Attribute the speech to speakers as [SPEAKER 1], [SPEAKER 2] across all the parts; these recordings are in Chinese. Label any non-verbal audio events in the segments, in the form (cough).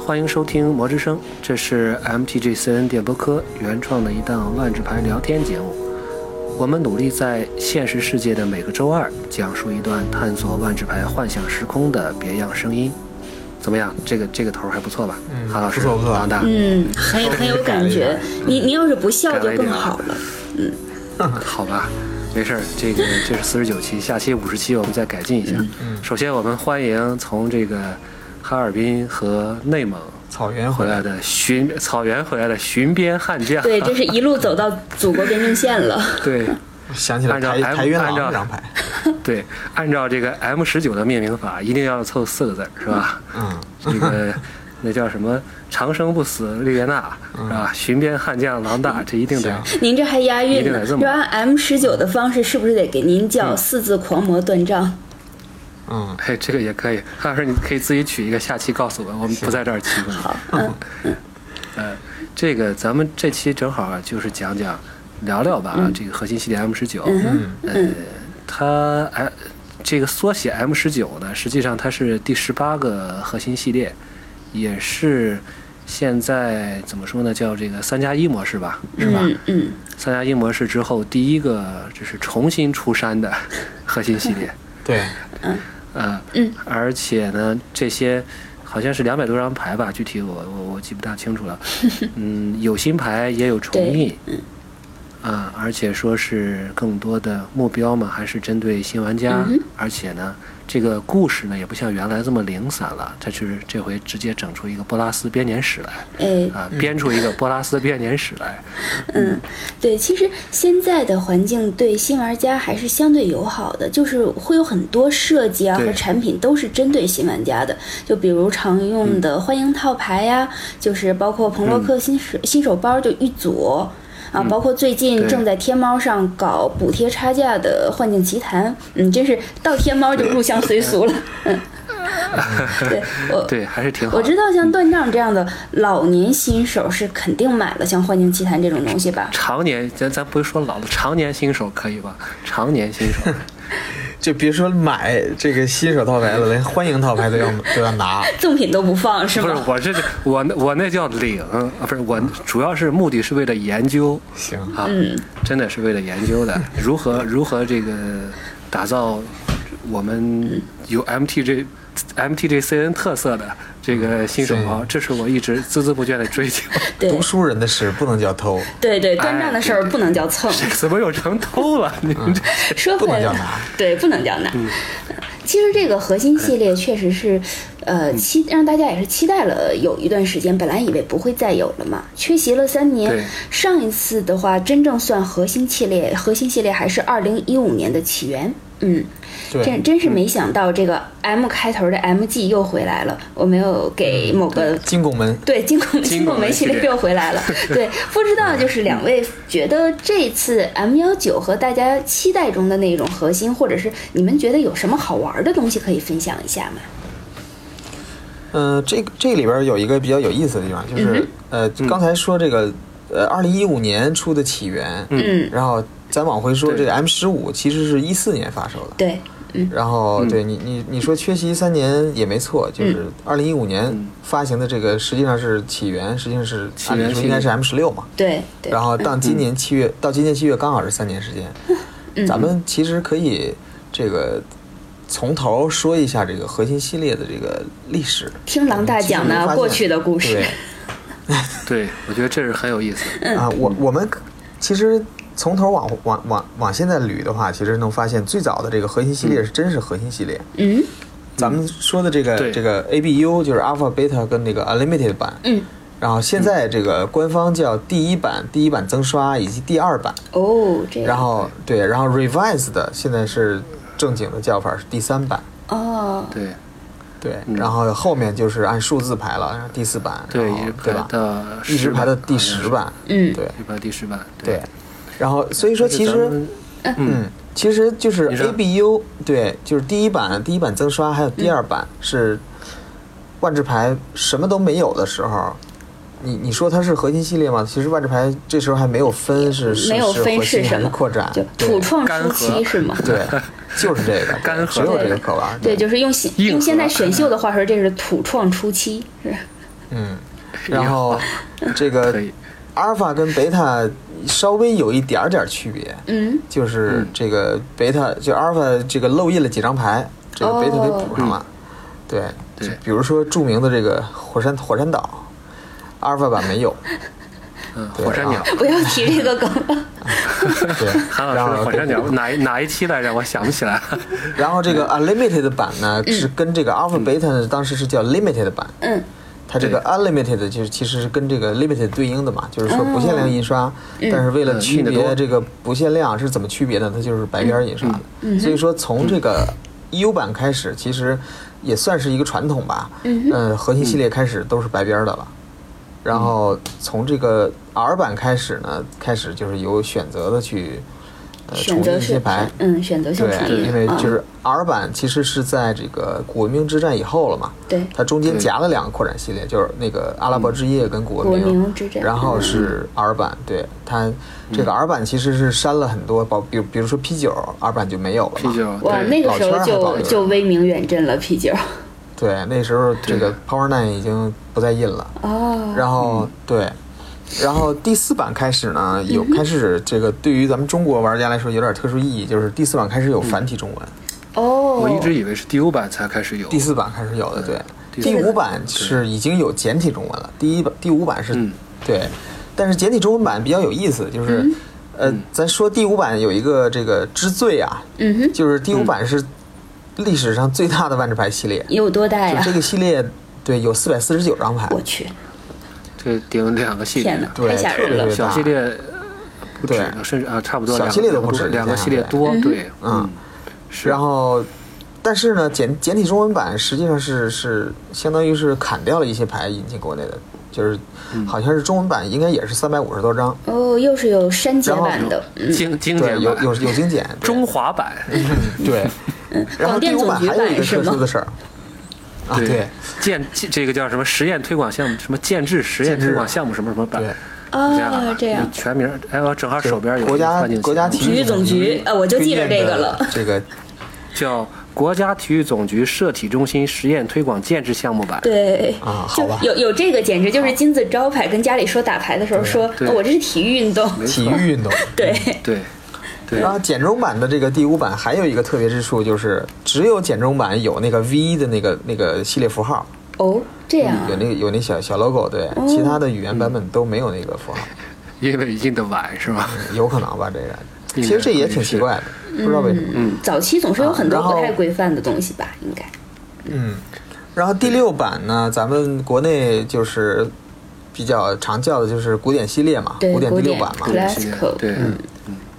[SPEAKER 1] 欢迎收听《魔之声》，这是 MTGCN 电波科原创的一档万智牌聊天节目。我们努力在现实世界的每个周二，讲述一段探索万智牌幻想时空的别样声音。怎么样？这个这个头儿还不错吧？
[SPEAKER 2] 嗯
[SPEAKER 1] 韩老师，
[SPEAKER 2] 不错不错
[SPEAKER 1] 党大，
[SPEAKER 3] 嗯，很很有感觉。你
[SPEAKER 1] 嗯
[SPEAKER 3] 你要是不笑就更
[SPEAKER 1] (laughs)
[SPEAKER 3] 好了。
[SPEAKER 1] 好吧，没事儿，这个这是四十九期，下期五十期我们再改进一下。
[SPEAKER 2] 嗯
[SPEAKER 1] 首先，我们欢迎从这个哈尔滨和内蒙
[SPEAKER 2] 草原
[SPEAKER 1] 回
[SPEAKER 2] 回来
[SPEAKER 1] 来
[SPEAKER 2] 的，
[SPEAKER 1] 的巡草原回来的巡边悍将。
[SPEAKER 3] 对，这是一路走到祖国边境线了。
[SPEAKER 1] (laughs)
[SPEAKER 3] (laughs)
[SPEAKER 1] 对
[SPEAKER 2] 想起了
[SPEAKER 1] 按照
[SPEAKER 2] 台
[SPEAKER 1] M-
[SPEAKER 2] 台原
[SPEAKER 1] 按
[SPEAKER 2] 狼
[SPEAKER 1] 照
[SPEAKER 2] 这张牌，
[SPEAKER 1] 对，按照这个 M 十九的命名法，一定要凑四个字儿是吧？
[SPEAKER 2] 嗯，
[SPEAKER 1] 这个那叫什么？长生不死绿莲娜是吧？巡边悍将狼大，这一定得
[SPEAKER 2] 行
[SPEAKER 3] 您这还押
[SPEAKER 1] 一
[SPEAKER 3] 韵
[SPEAKER 1] 定
[SPEAKER 3] 呢
[SPEAKER 1] 得这，么嗯
[SPEAKER 3] 就按 M 十九的方式，是不是得给您叫四字狂魔断杖？
[SPEAKER 2] 嗯，
[SPEAKER 1] 嘿，这个也可以。韩老师，你可以自己取一个，下期告诉我，我们不在这儿欺负你。嗯
[SPEAKER 3] 好，
[SPEAKER 1] 呃，这个咱们这期正好就是讲讲聊聊吧，这个核心系列 M 十九，呃，它哎。这个缩写 M 十九呢，实际上它是第十八个核心系列，也是现在怎么说呢，叫这个三加一模式吧，是吧？
[SPEAKER 3] 嗯嗯，
[SPEAKER 1] 三加一模式之后第一个就是重新出山的 (laughs) 核心系列，
[SPEAKER 2] 对，
[SPEAKER 1] 呃，
[SPEAKER 3] 嗯，
[SPEAKER 1] 而且呢，这些好像是两百多张牌吧，具体我我我记不大清
[SPEAKER 3] (laughs)
[SPEAKER 1] 楚了。嗯，有新牌也有重印，嗯，啊，而且说是更多的目标嘛，还是针对新玩
[SPEAKER 3] 嗯
[SPEAKER 1] 家，而且呢，这个故事呢也不像原来这么零散了，它是这回直接整出一个波拉斯编年史来，
[SPEAKER 3] 哎，
[SPEAKER 1] 啊，编出一个波拉斯编年史来，
[SPEAKER 3] 嗯
[SPEAKER 1] 嗯
[SPEAKER 3] 对，其实现在的环境对新玩家还是相对友好的，就是会有很多设计啊
[SPEAKER 1] 对
[SPEAKER 3] 和产品都是针对新玩家的，就比如常
[SPEAKER 1] 嗯
[SPEAKER 3] 用的欢迎套牌呀、就是包括彭洛克新手、新手包就一组。啊，包括最
[SPEAKER 1] 嗯
[SPEAKER 3] 近
[SPEAKER 1] 对
[SPEAKER 3] 正在天猫上搞补贴差价的《幻境奇谭》，嗯，真是到天猫就入乡随俗了。嗯， (laughs) 对我
[SPEAKER 1] (laughs) 对，还是挺好
[SPEAKER 3] 我
[SPEAKER 1] 的。
[SPEAKER 3] 知道像断账这样的老年新手是肯定买了像《幻境奇谭》这种东西吧？
[SPEAKER 1] 常年，咱咱不是说老了，常年新手可以吧？常年新手，
[SPEAKER 2] 就别说买这个新手套牌了，连欢迎套牌都要都要拿，
[SPEAKER 3] 赠品都不放是
[SPEAKER 1] 不是
[SPEAKER 3] 吗？
[SPEAKER 1] 我这我那我那叫领啊，不是我主要是目的是为了研究
[SPEAKER 2] 行，
[SPEAKER 1] 啊，真的是为了研究的，如何如何这个打造我们有 MTG MTGCN 特色的这
[SPEAKER 2] 嗯
[SPEAKER 1] 个新手包，这是我一直孜孜不倦的追求。
[SPEAKER 3] 对
[SPEAKER 2] 读书人的事不能叫偷，
[SPEAKER 3] 对对，断账的事儿不能叫蹭， (laughs)
[SPEAKER 1] 这怎么又成偷了？你
[SPEAKER 2] 嗯
[SPEAKER 1] 们这
[SPEAKER 3] 说
[SPEAKER 2] 哎不
[SPEAKER 3] 回
[SPEAKER 2] 能
[SPEAKER 3] 来
[SPEAKER 2] 叫拿，嗯
[SPEAKER 3] 对，不能叫拿。其实这个核心系列确实是，呃，期让大家也是期待了有一段时间，本来以为不会再有了嘛，缺席了三
[SPEAKER 1] 对
[SPEAKER 3] 年。上一次的话，真正算核心系列，核心系列还是二零一五年的起源，嗯。
[SPEAKER 2] 对嗯
[SPEAKER 3] 真，真是没想到，这个 M 开头的 MG 又回来了。我没有
[SPEAKER 2] 嗯
[SPEAKER 3] 给某个
[SPEAKER 2] 金拱门，
[SPEAKER 3] 对，金拱
[SPEAKER 1] 金
[SPEAKER 3] 金
[SPEAKER 1] 拱
[SPEAKER 3] 拱
[SPEAKER 1] 门
[SPEAKER 3] 门
[SPEAKER 1] 系
[SPEAKER 3] 系
[SPEAKER 1] 列
[SPEAKER 3] 列又回
[SPEAKER 2] (laughs)
[SPEAKER 3] 来了。对，不知道就是两位觉得这次 M 幺九和大家期待中的那种核心，或者是你们觉得有什么好玩的东西可以分享一下吗？
[SPEAKER 2] 嗯、这个这里边有一个比较有意思的地方，就是、
[SPEAKER 1] 嗯
[SPEAKER 2] 呃，刚才说这个呃，二零一五年出的起源，
[SPEAKER 3] 嗯，
[SPEAKER 2] 然后咱往回说，
[SPEAKER 1] 对
[SPEAKER 2] 这个 M 十五其实是一四年发售的，
[SPEAKER 3] 对，
[SPEAKER 2] 然
[SPEAKER 1] 嗯
[SPEAKER 2] 后对你你你说缺席三年也没错，就是二零一五年发行的这个实际上是起源，实际上是
[SPEAKER 1] 嗯起
[SPEAKER 2] 按
[SPEAKER 1] 源嗯
[SPEAKER 2] 理说
[SPEAKER 1] 是
[SPEAKER 2] 应该是 M 十六嘛。
[SPEAKER 3] 对，对
[SPEAKER 2] 然，后到今年七月，到今年七月刚好是三年时间，
[SPEAKER 1] 嗯
[SPEAKER 2] 咱们其实可以这个从头说一下这个核心系列的这个历史。
[SPEAKER 3] 听狼大讲
[SPEAKER 2] 其实你
[SPEAKER 3] 呢
[SPEAKER 2] 发现
[SPEAKER 3] 过去的故事 (laughs)
[SPEAKER 2] 对。
[SPEAKER 1] (laughs) 对我觉得这是很有意思。
[SPEAKER 2] 啊，我我们其实从头往往往往现在捋的话，其实能发现最早的这个核心系
[SPEAKER 1] 嗯
[SPEAKER 2] 列是真是核心系列。
[SPEAKER 3] 嗯
[SPEAKER 2] 咱们说的这个、
[SPEAKER 1] 对
[SPEAKER 2] 这个 ABU 就是 Alpha、Beta 跟那个 Unlimited 版，
[SPEAKER 3] 嗯，
[SPEAKER 2] 然后现在这个官方叫第一版、第一版增刷以及第二版，
[SPEAKER 3] 哦，这样。
[SPEAKER 2] 然后对，然后 Revise 的现在是正经的叫法是第三版，
[SPEAKER 3] 哦，
[SPEAKER 1] 对
[SPEAKER 2] 对，然后后面就是按数字排了，然后第四版，
[SPEAKER 1] 对，
[SPEAKER 2] 然后
[SPEAKER 1] 一直
[SPEAKER 2] 哦对
[SPEAKER 1] 排
[SPEAKER 2] 吧？
[SPEAKER 1] 到
[SPEAKER 2] 一直排到第
[SPEAKER 1] 好
[SPEAKER 2] 十
[SPEAKER 1] 像
[SPEAKER 2] 版，
[SPEAKER 1] 是，一
[SPEAKER 2] 对
[SPEAKER 3] 嗯
[SPEAKER 1] 直排到第十版。
[SPEAKER 2] 对，然后所以说其
[SPEAKER 1] 但是咱
[SPEAKER 2] 实
[SPEAKER 1] 们
[SPEAKER 2] 嗯，其实就是
[SPEAKER 1] 你说
[SPEAKER 2] ABU 对，就是第一版第一版增刷，还有第二版、
[SPEAKER 1] 嗯
[SPEAKER 2] 是万智牌什么都没有的时候。你你说它是核心系列吗？其实万智牌这时候还没有分是是
[SPEAKER 3] 没有
[SPEAKER 2] 是
[SPEAKER 3] 分
[SPEAKER 2] 核心
[SPEAKER 3] 是什
[SPEAKER 2] 还是
[SPEAKER 3] 么
[SPEAKER 2] 扩展
[SPEAKER 3] 就，
[SPEAKER 2] 对
[SPEAKER 3] 土创
[SPEAKER 1] 干
[SPEAKER 3] 初期
[SPEAKER 1] 涸
[SPEAKER 3] 是吗？
[SPEAKER 2] 对，就是这个
[SPEAKER 1] 干
[SPEAKER 2] 只有
[SPEAKER 1] 涸
[SPEAKER 2] 这个可玩儿。
[SPEAKER 3] 对，就是用现
[SPEAKER 1] 硬
[SPEAKER 3] 用现在
[SPEAKER 1] 核
[SPEAKER 3] 选秀的话说，这是土创初期，是吧 (laughs)
[SPEAKER 2] 嗯，然后这个
[SPEAKER 1] 可以
[SPEAKER 2] 阿尔法跟贝塔稍微有一点点区别，
[SPEAKER 3] 嗯，
[SPEAKER 2] 就是这个贝塔就阿尔法这个漏印了几张牌，这个贝塔给补上了。对，
[SPEAKER 1] 嗯对
[SPEAKER 2] 就比如说著名的这个火山火山岛，阿尔法版没有，
[SPEAKER 1] 嗯，
[SPEAKER 2] 对啊
[SPEAKER 1] 火山鸟，
[SPEAKER 3] 不要提这个梗了。
[SPEAKER 2] 对，
[SPEAKER 1] 韩老
[SPEAKER 2] 然
[SPEAKER 1] 师
[SPEAKER 2] 后
[SPEAKER 1] 的火山鸟哪一哪一期来着？我想不起来了。
[SPEAKER 2] 然后这个 unlimited 版呢，是跟这个 alpha beta 当时是叫 limited 版，
[SPEAKER 3] 嗯，
[SPEAKER 2] 它这个 unlimited 就是其实是跟这个 limited 对应的嘛，就是
[SPEAKER 3] 哦
[SPEAKER 2] 说不限量印刷，但是为了
[SPEAKER 1] 嗯
[SPEAKER 2] 区
[SPEAKER 1] 印得
[SPEAKER 2] 别
[SPEAKER 1] 多
[SPEAKER 2] 这个不限量是怎么区别的，它就是白边儿印刷
[SPEAKER 3] 嗯
[SPEAKER 2] 的。所以说从这个 U 版开始，其实也算是一个传统吧。
[SPEAKER 3] 嗯
[SPEAKER 2] 呃，核心系列开始都是白边儿的了。然后从这个 R 版开始呢，开始就是有选择的去 (laughs) 呃重
[SPEAKER 3] 选
[SPEAKER 2] 印
[SPEAKER 3] 择
[SPEAKER 2] 一些
[SPEAKER 3] 性
[SPEAKER 2] 牌，，
[SPEAKER 3] 嗯，选择性
[SPEAKER 2] 对，
[SPEAKER 3] 提议，
[SPEAKER 2] 因为就
[SPEAKER 3] 嗯
[SPEAKER 2] 是 R 版其实是在这个古文明之战以后了嘛，
[SPEAKER 3] 对
[SPEAKER 2] 它中间
[SPEAKER 1] 对
[SPEAKER 2] 夹了两个扩展系列，就是那个阿拉伯之夜跟古文明，
[SPEAKER 3] 古文明之战嗯
[SPEAKER 2] 然后是 R 版，对它这个 R 版其实是删了很多，包比如比如说 P 九 R 版就没有了
[SPEAKER 1] (laughs)
[SPEAKER 2] 嘛
[SPEAKER 1] 啤，酒，
[SPEAKER 3] 哇，
[SPEAKER 1] 对
[SPEAKER 3] 那个
[SPEAKER 2] 老
[SPEAKER 3] 时
[SPEAKER 2] 圈
[SPEAKER 3] 候
[SPEAKER 2] 儿还保
[SPEAKER 3] 就
[SPEAKER 2] 留着
[SPEAKER 3] 就威名远震了啤酒。
[SPEAKER 2] 对，那时候这个 Power Nine 已经不再印了，
[SPEAKER 3] 哦，
[SPEAKER 2] 然
[SPEAKER 1] 嗯
[SPEAKER 2] 后对。然后第四版开始呢，
[SPEAKER 3] 嗯
[SPEAKER 2] 有开始这个对于咱们中国玩家来说有点特殊意义，就是第四版开始有繁体中文，
[SPEAKER 3] 哦，
[SPEAKER 1] 我一直以为是第五版才开始有。
[SPEAKER 2] 第四版开始有的，对，
[SPEAKER 1] 第
[SPEAKER 2] 第
[SPEAKER 1] 四
[SPEAKER 2] 五版是已经有简体中文了，第一版第五版是
[SPEAKER 1] 嗯，
[SPEAKER 2] 对，但是简体中文版比较有意思，就是，呃，咱说第五版有一个这个之最啊，
[SPEAKER 3] 嗯哼，
[SPEAKER 2] 就是第五版是历史上最大的万智牌系列，
[SPEAKER 3] 有多大
[SPEAKER 2] 就
[SPEAKER 3] 哎呀
[SPEAKER 2] 这？个系列，对，有四百四十九张牌，
[SPEAKER 3] 我去，
[SPEAKER 1] 这顶两个系列
[SPEAKER 3] 天
[SPEAKER 1] 呢
[SPEAKER 3] 哪，，
[SPEAKER 2] 对，
[SPEAKER 3] 太吓
[SPEAKER 2] 特
[SPEAKER 3] 人
[SPEAKER 2] 别
[SPEAKER 3] 了
[SPEAKER 2] 特别。
[SPEAKER 1] 小
[SPEAKER 2] 大
[SPEAKER 1] 系，列不止
[SPEAKER 2] 对，
[SPEAKER 1] 甚至啊，差不多
[SPEAKER 2] 小
[SPEAKER 1] 两个
[SPEAKER 2] 系列都不止
[SPEAKER 1] 两
[SPEAKER 2] 你
[SPEAKER 1] 个
[SPEAKER 2] 想
[SPEAKER 1] 系列
[SPEAKER 2] 想
[SPEAKER 1] 多，对，
[SPEAKER 2] 嗯，
[SPEAKER 1] 是
[SPEAKER 2] 然后。但是呢，简简体中文版实际上是是相当于是砍掉了一些牌引进国内的，就是好像是中文版应该也是三百五十多张，
[SPEAKER 3] 哦，又是有删节版的，嗯，
[SPEAKER 1] 经经
[SPEAKER 2] 对，
[SPEAKER 1] 典
[SPEAKER 2] 有
[SPEAKER 1] 版
[SPEAKER 2] 有有精简，对
[SPEAKER 1] 中华版，
[SPEAKER 3] (laughs)
[SPEAKER 2] 对，然后
[SPEAKER 3] 广
[SPEAKER 2] 第
[SPEAKER 3] 电
[SPEAKER 2] 五
[SPEAKER 3] 总
[SPEAKER 2] 版
[SPEAKER 3] 局
[SPEAKER 2] 还有一
[SPEAKER 3] 版
[SPEAKER 2] 个
[SPEAKER 3] 是
[SPEAKER 2] 特殊
[SPEAKER 3] 吗
[SPEAKER 2] 的事儿，啊，对，
[SPEAKER 1] 建建这个叫什么实验推广项目，什么建制实验
[SPEAKER 2] 建制
[SPEAKER 1] 推广项目什么什么版，
[SPEAKER 2] 对，
[SPEAKER 3] 哦，这
[SPEAKER 1] 有
[SPEAKER 2] 嗯
[SPEAKER 3] 样，
[SPEAKER 1] 全名，哎，我正好手边有
[SPEAKER 2] 国
[SPEAKER 1] 一个
[SPEAKER 2] 家
[SPEAKER 1] 范进
[SPEAKER 2] 国家
[SPEAKER 1] 写的
[SPEAKER 2] 体育
[SPEAKER 3] 总局啊我就记着
[SPEAKER 2] 推荐
[SPEAKER 3] 这个了
[SPEAKER 2] 的这
[SPEAKER 1] (laughs)
[SPEAKER 2] 个
[SPEAKER 1] 叫国家体育总局社体中心实验推广建制项目版，
[SPEAKER 3] 对。
[SPEAKER 2] 啊，好
[SPEAKER 3] 就
[SPEAKER 2] 吧，
[SPEAKER 3] 有有这个，简直就是金字招牌。跟家里说打牌的时候说，
[SPEAKER 1] 对
[SPEAKER 3] 哦我这是体育运动，
[SPEAKER 2] 体育运动。
[SPEAKER 3] 对，
[SPEAKER 2] 嗯
[SPEAKER 1] 对，对
[SPEAKER 2] 然，后简中版的这个第五版还有一个特别之处，就是只有简中版有那个 V 的那个那个系列符号，
[SPEAKER 3] 哦，这样啊哦
[SPEAKER 2] 有那个有那小小 logo，对，其他的语言版
[SPEAKER 1] 嗯
[SPEAKER 2] 本都没有那个符号，嗯
[SPEAKER 1] 因为印的晚是吧？
[SPEAKER 2] 有可能吧？这个
[SPEAKER 1] 应
[SPEAKER 2] 其
[SPEAKER 1] 该
[SPEAKER 2] 实这也
[SPEAKER 1] 可
[SPEAKER 2] 挺
[SPEAKER 1] 以
[SPEAKER 2] 奇
[SPEAKER 1] 是
[SPEAKER 2] 怪的，不知道为什么。
[SPEAKER 3] 嗯，早期总是有很
[SPEAKER 2] 啊
[SPEAKER 3] 多
[SPEAKER 2] 然后
[SPEAKER 3] 不太规范的东西吧，应该。
[SPEAKER 2] 嗯，然后第六版呢，咱们国内就是比较常叫的就是古典系列嘛，
[SPEAKER 3] (laughs) 对，
[SPEAKER 2] 古典
[SPEAKER 3] 古
[SPEAKER 2] 第六
[SPEAKER 3] 典
[SPEAKER 2] 版嘛，
[SPEAKER 1] 典系列
[SPEAKER 3] classical，
[SPEAKER 1] 对
[SPEAKER 3] 嗯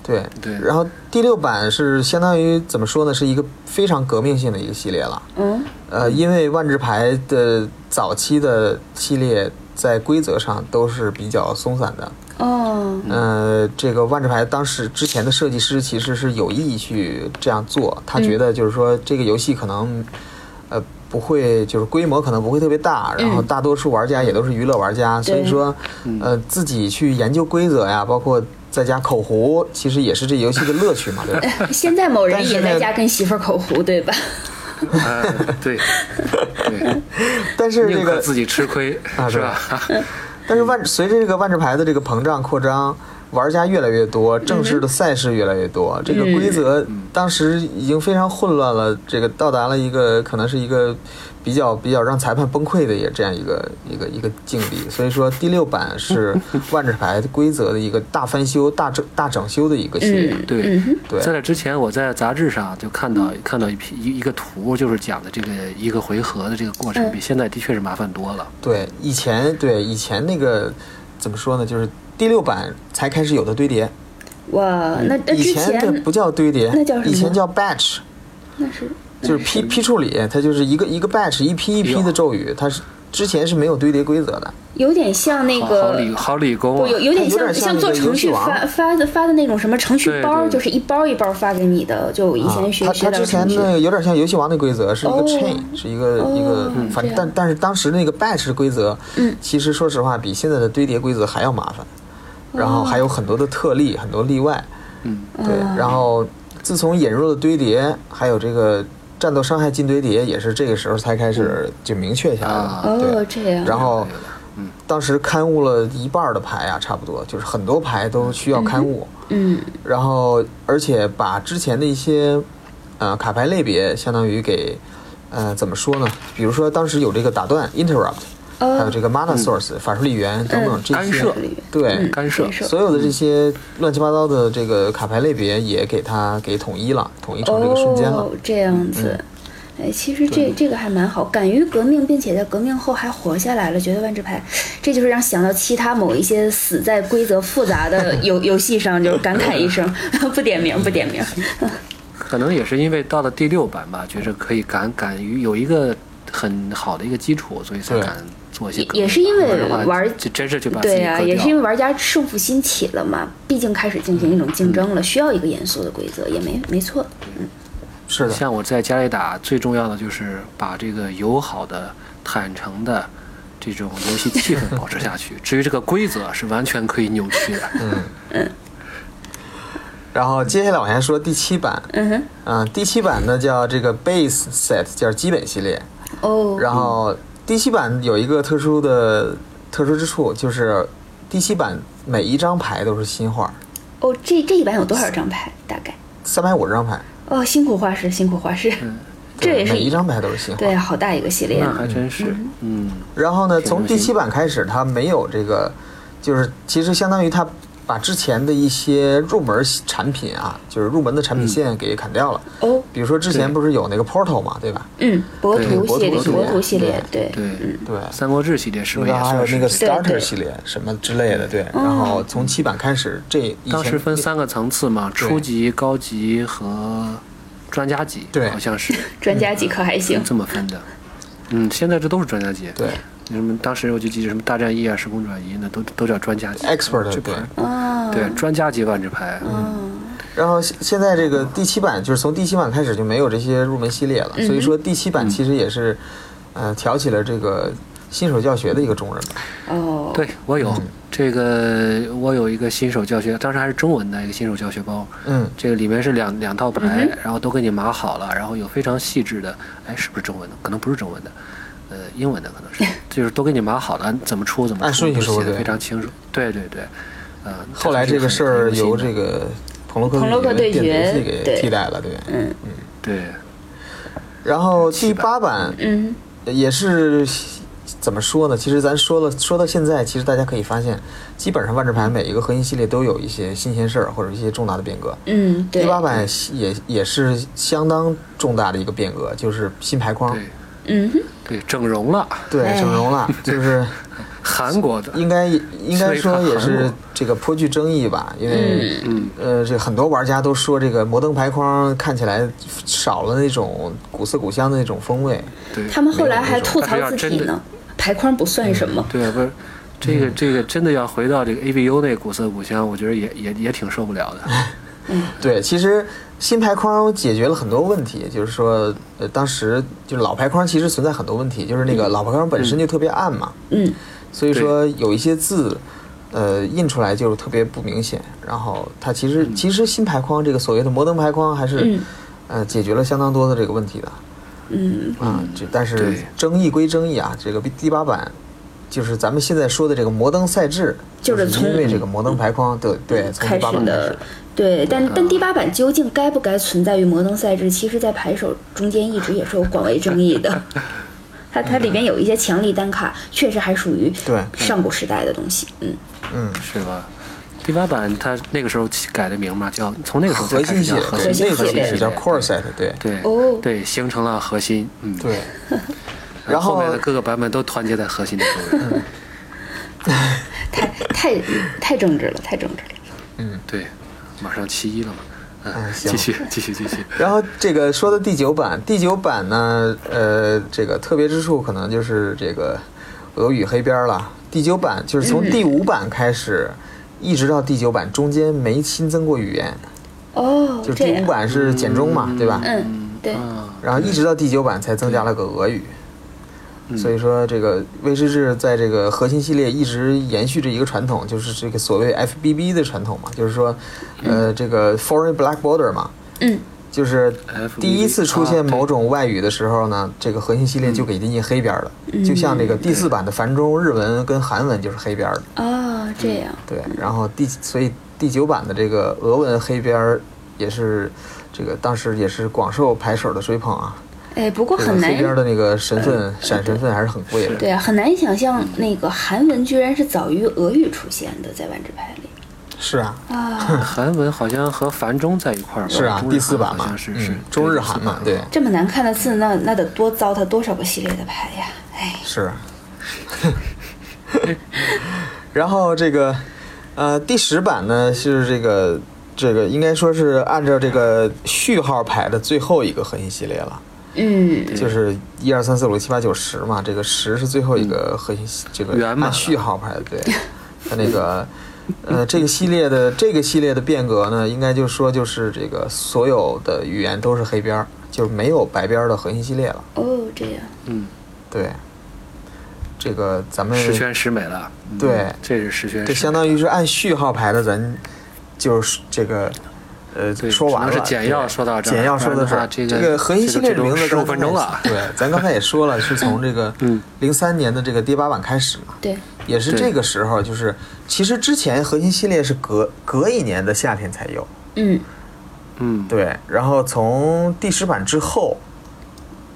[SPEAKER 2] 对
[SPEAKER 1] 对
[SPEAKER 2] 然后第六版是相当于怎么说呢，是一个非常革命性的一个系列了。 (laughs)
[SPEAKER 3] 嗯，
[SPEAKER 2] 呃，因为万智牌的早期的系列在规则上都是比较松散的。
[SPEAKER 3] 哦，
[SPEAKER 2] 呃，这个万智牌当时之前的设计师其实是有意去这样做，他觉得就是说这个游戏可能，呃，不会就是规模可能不会特别大，然后大多数玩家也都是娱乐玩家，所以
[SPEAKER 3] 对
[SPEAKER 2] 说，
[SPEAKER 1] 嗯
[SPEAKER 2] 呃，自己去研究规则呀，包括在家口胡，其实也是这游戏的乐趣嘛，对吧？
[SPEAKER 3] (laughs) 现在某人
[SPEAKER 2] 但是
[SPEAKER 3] 也
[SPEAKER 2] 呢
[SPEAKER 3] 在家跟媳妇儿口胡，对吧？
[SPEAKER 1] 呃
[SPEAKER 3] (laughs)
[SPEAKER 1] 对，对，
[SPEAKER 2] 但是这
[SPEAKER 1] 宁可
[SPEAKER 2] 个
[SPEAKER 1] 自己吃亏
[SPEAKER 2] 啊
[SPEAKER 1] 是
[SPEAKER 2] 对
[SPEAKER 1] 吧？
[SPEAKER 2] 但是万随着这个万智牌的这个膨胀扩张，玩家越来越多，正式的赛事越来越多，这个规则当时已经非常混乱了，这个到达了一个可能是一个比较比较让裁判崩溃的也这样一个一个一个境地。所以说第六版是万智牌规则的一个大翻修、大整大整修的一个系列。
[SPEAKER 3] 嗯，
[SPEAKER 1] (laughs) 对
[SPEAKER 3] 嗯哼，
[SPEAKER 2] 对
[SPEAKER 1] 在这之前，我在杂志上就看到看到一批一一个图，就是讲的这个一个回合的这个过
[SPEAKER 3] 嗯
[SPEAKER 1] 程，比现在的确是麻烦多了。
[SPEAKER 2] 对，以前对以前那个怎么说呢，就是第六版才开始有的堆叠，
[SPEAKER 3] 哇，那那
[SPEAKER 2] 嗯以
[SPEAKER 3] 之
[SPEAKER 2] 前这不叫堆叠，
[SPEAKER 3] 那叫什么
[SPEAKER 2] 以前叫 batch。
[SPEAKER 3] 那是
[SPEAKER 2] 就是批批处理，它就是一个一个 batch 一批一批的咒语，它是之前是没有堆叠规则的。
[SPEAKER 3] 有点像那
[SPEAKER 1] 好好
[SPEAKER 3] 个
[SPEAKER 1] 理好理工
[SPEAKER 3] 不
[SPEAKER 1] 啊，
[SPEAKER 3] 有有点
[SPEAKER 2] 有点
[SPEAKER 3] 像
[SPEAKER 2] 像那
[SPEAKER 3] 做
[SPEAKER 2] 个游
[SPEAKER 3] 程
[SPEAKER 2] 戏
[SPEAKER 3] 序
[SPEAKER 2] 王
[SPEAKER 3] 发发的发的那种什么程序
[SPEAKER 1] 对
[SPEAKER 3] 包儿，
[SPEAKER 1] 对
[SPEAKER 3] 就是一包儿一包儿发给你的。就以前学
[SPEAKER 2] 它
[SPEAKER 3] 学
[SPEAKER 2] 它
[SPEAKER 3] 到
[SPEAKER 2] 啊之
[SPEAKER 3] 的
[SPEAKER 2] 前
[SPEAKER 3] 程序，
[SPEAKER 2] 那个有点像游戏王的规则，是一个
[SPEAKER 3] 哦
[SPEAKER 2] chain，是一个一个
[SPEAKER 3] 嗯，
[SPEAKER 2] 反
[SPEAKER 3] 这
[SPEAKER 2] 正
[SPEAKER 3] 样嗯
[SPEAKER 2] 但但是当时那个 batch 规则，其实说实话比现在的堆叠规则还要麻烦，
[SPEAKER 3] 哦
[SPEAKER 2] 然后还有很多的特例，很多例外。
[SPEAKER 1] 嗯，
[SPEAKER 2] 对，
[SPEAKER 3] 哦
[SPEAKER 2] 然后自从引入了堆叠，还有这个战斗伤害进堆叠，也是这个时候才开始就明确下来的。
[SPEAKER 1] 啊
[SPEAKER 2] 对
[SPEAKER 3] 哦，这样
[SPEAKER 2] 然后
[SPEAKER 1] 有的有的嗯，
[SPEAKER 2] 当时刊物了一半儿的牌啊，差不多就是很多牌都需要刊物。
[SPEAKER 3] 嗯
[SPEAKER 2] 然后而且把之前的一些呃卡牌类别，相当于给呃怎么说呢？比如说当时有这个打断 interrupt，、
[SPEAKER 3] 哦
[SPEAKER 2] 还有这个 mana source、法术力源等等
[SPEAKER 3] 嗯
[SPEAKER 2] 这
[SPEAKER 1] 嗯干
[SPEAKER 2] 些，
[SPEAKER 1] 涉
[SPEAKER 2] 对。
[SPEAKER 3] 嗯
[SPEAKER 1] 干涉
[SPEAKER 2] 所有的这些乱七八糟的这个卡牌类别也给它给统一了，统一成这个瞬间了嗯
[SPEAKER 3] 哦。，这样子。哎，其实这这个还蛮好，敢于革命，并且在革命后还活下来了，觉得万智牌，这就是让想到其他某一些死在规则复
[SPEAKER 2] (laughs)
[SPEAKER 3] 杂的游游戏上，就是感慨一声， (laughs) 不点名，不点名。
[SPEAKER 1] 可能也是因为到了第六版吧，觉着可以敢敢于有一个很好的一个基础，所以才
[SPEAKER 2] 对
[SPEAKER 1] 敢做一些
[SPEAKER 3] 也
[SPEAKER 1] 革命。
[SPEAKER 3] 也是因为
[SPEAKER 1] 不然的话
[SPEAKER 3] 玩
[SPEAKER 1] 就真是就把自己
[SPEAKER 3] 对呀、
[SPEAKER 1] 割掉
[SPEAKER 3] 也是因为玩家胜负心起了嘛，毕竟开始进行一种竞争了，
[SPEAKER 1] 嗯
[SPEAKER 3] 需要一个严肃的规则，也没没错。
[SPEAKER 2] 是的，
[SPEAKER 1] 像我在家里打，最重要的就是把这个友好的、坦诚的这种游戏气氛保持下去。至于这个规则是完全可以扭曲的，
[SPEAKER 2] 嗯然后接下来往下说第七版，
[SPEAKER 3] 嗯哼，
[SPEAKER 2] 嗯、第七版呢叫这个 base set，叫基本系列。
[SPEAKER 3] 哦，
[SPEAKER 2] 然后第七版有一个特殊的特殊之处，就是第七版每一张牌都是新画，
[SPEAKER 3] 哦，这这一版有多少张牌？大概？
[SPEAKER 2] 三百五十张牌，
[SPEAKER 3] 哦，辛苦画师，辛苦画师，
[SPEAKER 1] 嗯
[SPEAKER 3] 这
[SPEAKER 2] 对
[SPEAKER 3] 也是
[SPEAKER 2] 每一张牌都是新
[SPEAKER 3] 对
[SPEAKER 2] 画。
[SPEAKER 3] 啊，好大一个系列
[SPEAKER 1] 那
[SPEAKER 3] 啊。
[SPEAKER 1] 还真是，嗯，
[SPEAKER 2] 然后呢，
[SPEAKER 1] 挺用心
[SPEAKER 2] 从第七版开始，它没有这个，就是其实相当于它把之前的一些入门产品啊，就是入门的产品线给砍掉了。
[SPEAKER 3] 哦，
[SPEAKER 2] 比如说之
[SPEAKER 1] 嗯
[SPEAKER 2] 前
[SPEAKER 1] 对
[SPEAKER 2] 不是有那个 Portal 嘛，对吧？
[SPEAKER 3] 嗯，博
[SPEAKER 1] 对
[SPEAKER 3] 图
[SPEAKER 2] 博
[SPEAKER 3] 系
[SPEAKER 2] 图
[SPEAKER 3] 列，
[SPEAKER 2] 系
[SPEAKER 3] 博
[SPEAKER 2] 列
[SPEAKER 3] 图系列，对，
[SPEAKER 1] 对，
[SPEAKER 2] 对。
[SPEAKER 1] 三国志系列是不
[SPEAKER 2] 那
[SPEAKER 1] 是
[SPEAKER 2] 个
[SPEAKER 1] 也
[SPEAKER 2] 还有
[SPEAKER 1] 算
[SPEAKER 2] 那个
[SPEAKER 1] 是？
[SPEAKER 2] starter
[SPEAKER 3] 对
[SPEAKER 2] 系列什么之类的，对。然后
[SPEAKER 3] 哦
[SPEAKER 2] 从七版开始，这以前
[SPEAKER 1] 当时分三个层次嘛，初级、高级和专家级，
[SPEAKER 2] 对
[SPEAKER 1] 好像 (laughs) 是
[SPEAKER 3] 专家级可还行。
[SPEAKER 1] 这么分的。嗯，现在这都是专家级。
[SPEAKER 2] 对
[SPEAKER 1] 什么？当时我就记得什么大战役啊、时空转移那都都叫专家级
[SPEAKER 2] expert
[SPEAKER 1] 这
[SPEAKER 2] 对
[SPEAKER 1] 牌。
[SPEAKER 2] 嗯
[SPEAKER 3] 啊，
[SPEAKER 1] 对，专家级万智牌，
[SPEAKER 2] 然后现现在这个第七版就是从第七版开始就没有这些入门系列了，所以说第七版其实也是，呃，挑起了这个新手教学的一个重任吧。
[SPEAKER 3] 哦，
[SPEAKER 1] 对我有、
[SPEAKER 2] 嗯
[SPEAKER 1] 这个，我有一个新手教学，当时还是中文的一个新手教学包，
[SPEAKER 2] 嗯，
[SPEAKER 1] 这个里面是两两套牌，然后都给你码好了，然后有非常细致的，哎，是不是中文的？可能不是中文的，呃，英文的可能
[SPEAKER 2] (laughs)
[SPEAKER 1] 是，就是都给你码好了，怎么出怎么
[SPEAKER 2] 按
[SPEAKER 1] 出，
[SPEAKER 2] 顺序
[SPEAKER 1] 都
[SPEAKER 2] 说
[SPEAKER 1] 写的
[SPEAKER 2] 对
[SPEAKER 1] 非常清楚。对对对，呃，
[SPEAKER 2] 后来这个事儿由
[SPEAKER 1] 个
[SPEAKER 2] 这个彭罗克
[SPEAKER 3] 彭罗克
[SPEAKER 2] 对
[SPEAKER 3] 对
[SPEAKER 2] 电
[SPEAKER 3] 决
[SPEAKER 2] 子游戏给
[SPEAKER 3] 对
[SPEAKER 2] 替代了，对。
[SPEAKER 1] 对
[SPEAKER 2] 啊然后第八版
[SPEAKER 3] 嗯，
[SPEAKER 2] 也是怎么说呢？其实咱说了说到现在，其实大家可以发现，基本上万智牌每一个核心系列都有一些新鲜事儿或者一些重大的变革。
[SPEAKER 3] 嗯，对
[SPEAKER 2] 第，八版也也是相当重大的一个变革，就是新牌框。
[SPEAKER 1] 对
[SPEAKER 3] 嗯哼，
[SPEAKER 1] 对，整容了，
[SPEAKER 2] 对，
[SPEAKER 3] 哎
[SPEAKER 2] 整容了，就是
[SPEAKER 1] 韩国的，
[SPEAKER 2] 应该应该说也是这个颇具争议吧，因为
[SPEAKER 1] 嗯
[SPEAKER 2] 呃，这很多玩家都说这个摩登牌框看起来少了那种古色古香的那种风味。
[SPEAKER 1] 对，
[SPEAKER 3] 他们后来还吐
[SPEAKER 1] 没有
[SPEAKER 3] 槽
[SPEAKER 1] 那
[SPEAKER 3] 字
[SPEAKER 1] 种
[SPEAKER 3] 体
[SPEAKER 1] 但是要
[SPEAKER 3] 呢，牌框不算什么。
[SPEAKER 1] 对啊，不是。这
[SPEAKER 2] 嗯
[SPEAKER 1] 个这个真的要回到这个 A B U 那古色古香，我觉得也也也挺受不了的。
[SPEAKER 2] 对，其实新牌框解决了很多问题，就是说，呃，当时就是老牌框其实存在很多问题，就是那个老牌框本身就特别暗嘛，
[SPEAKER 3] 嗯，
[SPEAKER 2] 所以说有一些字，呃，印出来就特别不明显。然后它其实、其实新牌框这个所谓的摩登牌框还是，
[SPEAKER 3] 嗯
[SPEAKER 2] 呃，解决了相当多的这个问题的。
[SPEAKER 3] 嗯，
[SPEAKER 2] 啊，这但是
[SPEAKER 1] 对
[SPEAKER 2] 争议归争议啊，这个第八版就是咱们现在说的这个摩登赛制，
[SPEAKER 3] 就
[SPEAKER 2] 就是
[SPEAKER 3] 从
[SPEAKER 2] 因为这个摩登牌框，对对，从
[SPEAKER 3] 嗯开
[SPEAKER 2] 第八
[SPEAKER 3] 始
[SPEAKER 2] 版开
[SPEAKER 3] 的
[SPEAKER 2] 始，。嗯
[SPEAKER 3] 对，但但第八版究竟该不该存在于摩登赛制，其实，在牌手中间一直也是有广为争
[SPEAKER 2] (laughs)
[SPEAKER 3] 议的。它它里边有一些强力单卡，确实还属于
[SPEAKER 2] 对
[SPEAKER 3] 上古时代的东西。嗯，
[SPEAKER 2] 嗯，
[SPEAKER 1] 是吧？第八版它那个时候起改的名嘛，叫从那个时候才
[SPEAKER 2] 核
[SPEAKER 1] 开
[SPEAKER 2] 心
[SPEAKER 1] 始
[SPEAKER 2] 系
[SPEAKER 1] 叫
[SPEAKER 2] 列，
[SPEAKER 1] 核
[SPEAKER 2] 对
[SPEAKER 1] 心
[SPEAKER 3] 系
[SPEAKER 2] 那
[SPEAKER 1] 核
[SPEAKER 2] 个
[SPEAKER 1] 心
[SPEAKER 3] 系
[SPEAKER 1] 系
[SPEAKER 3] 列
[SPEAKER 1] 列
[SPEAKER 2] 也是叫 core set，对
[SPEAKER 1] 对
[SPEAKER 3] 哦
[SPEAKER 1] 对，形成了核心，嗯，
[SPEAKER 2] 对。
[SPEAKER 1] 然
[SPEAKER 2] 然
[SPEAKER 1] 后
[SPEAKER 2] 后
[SPEAKER 1] 面的各个版本都团结在核心的周
[SPEAKER 2] (laughs)
[SPEAKER 1] 围，
[SPEAKER 3] 太太太政治了，太政治了。
[SPEAKER 1] 对，马上七一了嘛，
[SPEAKER 2] 嗯行
[SPEAKER 1] 继续继续继续，
[SPEAKER 2] 然后这个说的第九版，第九版呢，呃，这个特别之处可能就是这个俄语黑边儿了。第九版就是从第五版开始，一直到第九版中间没新增过语言，
[SPEAKER 3] 哦
[SPEAKER 2] 就是
[SPEAKER 3] 这
[SPEAKER 2] 第五
[SPEAKER 3] 样，
[SPEAKER 2] 版是简中嘛，对吧？
[SPEAKER 3] 嗯， (laughs) 对，
[SPEAKER 1] 啊，
[SPEAKER 2] 然后一直到第九版才增加了个俄语。所以说，这个威士忌在这个核心系列一直延续着一个传统，就是这个所谓 FBB 的传统嘛，就是说，呃，这个 Foreign Black Border 嘛，
[SPEAKER 3] 嗯，
[SPEAKER 2] 就是第一次出现
[SPEAKER 3] 啊
[SPEAKER 1] FVD
[SPEAKER 2] 某种外语的时候呢，这个核心系列
[SPEAKER 3] 嗯
[SPEAKER 2] 就给它印黑边儿了，就像这个第四版的繁中日文跟韩文就是黑边儿的，
[SPEAKER 3] 哦，这样，
[SPEAKER 2] 对，然后第所以第九版的这个俄文黑边儿也是这个当时也是广受牌手的追捧啊，
[SPEAKER 3] 哎，不过
[SPEAKER 2] 这个
[SPEAKER 3] 很
[SPEAKER 2] 黑边儿
[SPEAKER 3] 难，
[SPEAKER 2] 的那个神分闪神分还是很贵的，
[SPEAKER 3] 对啊，很难想象那个韩文居然是早于俄语出现的，在万智牌里
[SPEAKER 2] 是啊， (laughs)
[SPEAKER 3] 啊，
[SPEAKER 1] 韩文好像和繁中在一块儿吧？
[SPEAKER 2] 是啊
[SPEAKER 1] 中，日
[SPEAKER 2] 第四版
[SPEAKER 1] 韩好
[SPEAKER 2] 嘛
[SPEAKER 1] 像，是是
[SPEAKER 2] 嗯，中日韩嘛，对，
[SPEAKER 3] 这么难看的字，那那得多糟蹋多少个系列的牌呀！哎，
[SPEAKER 2] 是。 (laughs) 然后这个，呃，第十版呢是这个这个应该说是按照这个序号排的最后一个核心系列了，
[SPEAKER 3] 嗯，
[SPEAKER 2] 就是一二三四五六七八九十嘛，这个十是最后一个核心系，这个
[SPEAKER 1] 嗯圆满
[SPEAKER 2] 按
[SPEAKER 1] 了
[SPEAKER 2] 序号排的，对。它那个，呃，这个系列的这个系列的变革呢，应该就说就是这个所有的语言都是黑边儿，就是没有白边儿的核心系列了，
[SPEAKER 3] 哦，这样，
[SPEAKER 1] 嗯，
[SPEAKER 2] 对。这个咱们
[SPEAKER 1] 十全十美了。嗯
[SPEAKER 2] 对
[SPEAKER 1] 这是十全十
[SPEAKER 2] 这
[SPEAKER 1] 美，
[SPEAKER 2] 相当于是按序号排的，咱就是这个呃
[SPEAKER 1] 对
[SPEAKER 2] 说完
[SPEAKER 1] 只
[SPEAKER 2] 了，
[SPEAKER 1] 能是简要说到这儿
[SPEAKER 2] 简要说到这儿。
[SPEAKER 1] 不然的话这个
[SPEAKER 2] 个核心系列的名
[SPEAKER 1] 这
[SPEAKER 2] 字
[SPEAKER 1] 个这种15分钟了
[SPEAKER 2] 对，咱刚才也说了，是从这个
[SPEAKER 1] 嗯
[SPEAKER 2] 零三年的这个第八版开始嘛，
[SPEAKER 3] 对，
[SPEAKER 2] 也是
[SPEAKER 1] 对
[SPEAKER 2] 这个时候，就是其实之前核心系列是隔隔一年的夏天才有，
[SPEAKER 3] 嗯，
[SPEAKER 1] 嗯，
[SPEAKER 2] 对，然后从第十版之后，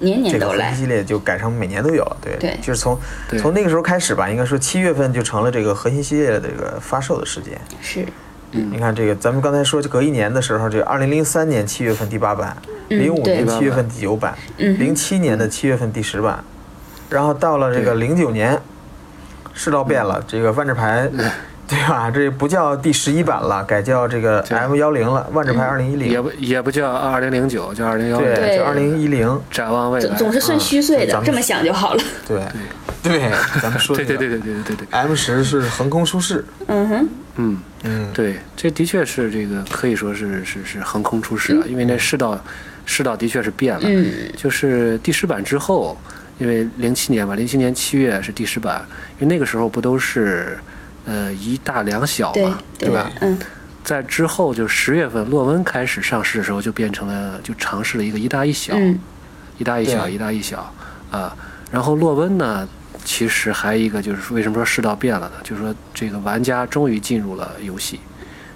[SPEAKER 3] 年
[SPEAKER 2] 这
[SPEAKER 3] 年
[SPEAKER 2] 个
[SPEAKER 3] 都
[SPEAKER 2] 核心
[SPEAKER 3] 来，
[SPEAKER 2] 系列就改成每年都有了，对，
[SPEAKER 3] 对
[SPEAKER 2] 就是从
[SPEAKER 1] 对
[SPEAKER 2] 从那个时候开始吧，应该说七月份就成了这个核心系列的这个发售的时间。
[SPEAKER 3] 是，
[SPEAKER 2] 你看这个，咱们刚才说，就隔一年的时候，这二零零三年七月份第八版，
[SPEAKER 3] 嗯
[SPEAKER 2] 零五
[SPEAKER 3] 对
[SPEAKER 2] 年七月份第九版，
[SPEAKER 3] 嗯
[SPEAKER 2] 零七年的七月份第十版，然后到了这个零九年，世道变了，这个万智牌，对吧？这不叫第十一版了，改叫这个 M 幺零了，万智牌二零一
[SPEAKER 1] 也
[SPEAKER 2] 零，
[SPEAKER 1] 不也不叫二零零九，叫二零幺零。
[SPEAKER 2] 对，
[SPEAKER 3] 对
[SPEAKER 2] 就二零一零，
[SPEAKER 1] 展望未
[SPEAKER 3] 总
[SPEAKER 1] 来。
[SPEAKER 3] 总是算虚岁
[SPEAKER 2] 嗯咱
[SPEAKER 3] 的，
[SPEAKER 2] 们
[SPEAKER 3] 这么想就好了。
[SPEAKER 2] 对，对，咱们说
[SPEAKER 1] 对对对
[SPEAKER 2] 对
[SPEAKER 1] 对对对对对，
[SPEAKER 2] ，M 十是横空出世，
[SPEAKER 3] 嗯哼，
[SPEAKER 1] 嗯，
[SPEAKER 2] 嗯，
[SPEAKER 1] 对，这的确是这个可以说是是是横空出世啊，因为那世道世道的确是变了，
[SPEAKER 3] 嗯，
[SPEAKER 1] 就是第十版之后，因为零七年吧，零七年七月是第十版，因为那个时候不都是呃一大两小
[SPEAKER 3] 对
[SPEAKER 1] 嘛，
[SPEAKER 3] 对
[SPEAKER 2] 对吧
[SPEAKER 3] 嗯，
[SPEAKER 1] 在之后就十月份洛温开始上市的时候，就变成了就尝试了一个一大一小，
[SPEAKER 3] 嗯，
[SPEAKER 1] 一大一小，
[SPEAKER 2] 对
[SPEAKER 1] 一大一小啊。然后洛温呢，其实还有一个就是说为什么说世道变了呢？就是说这个玩家终于进入了游戏，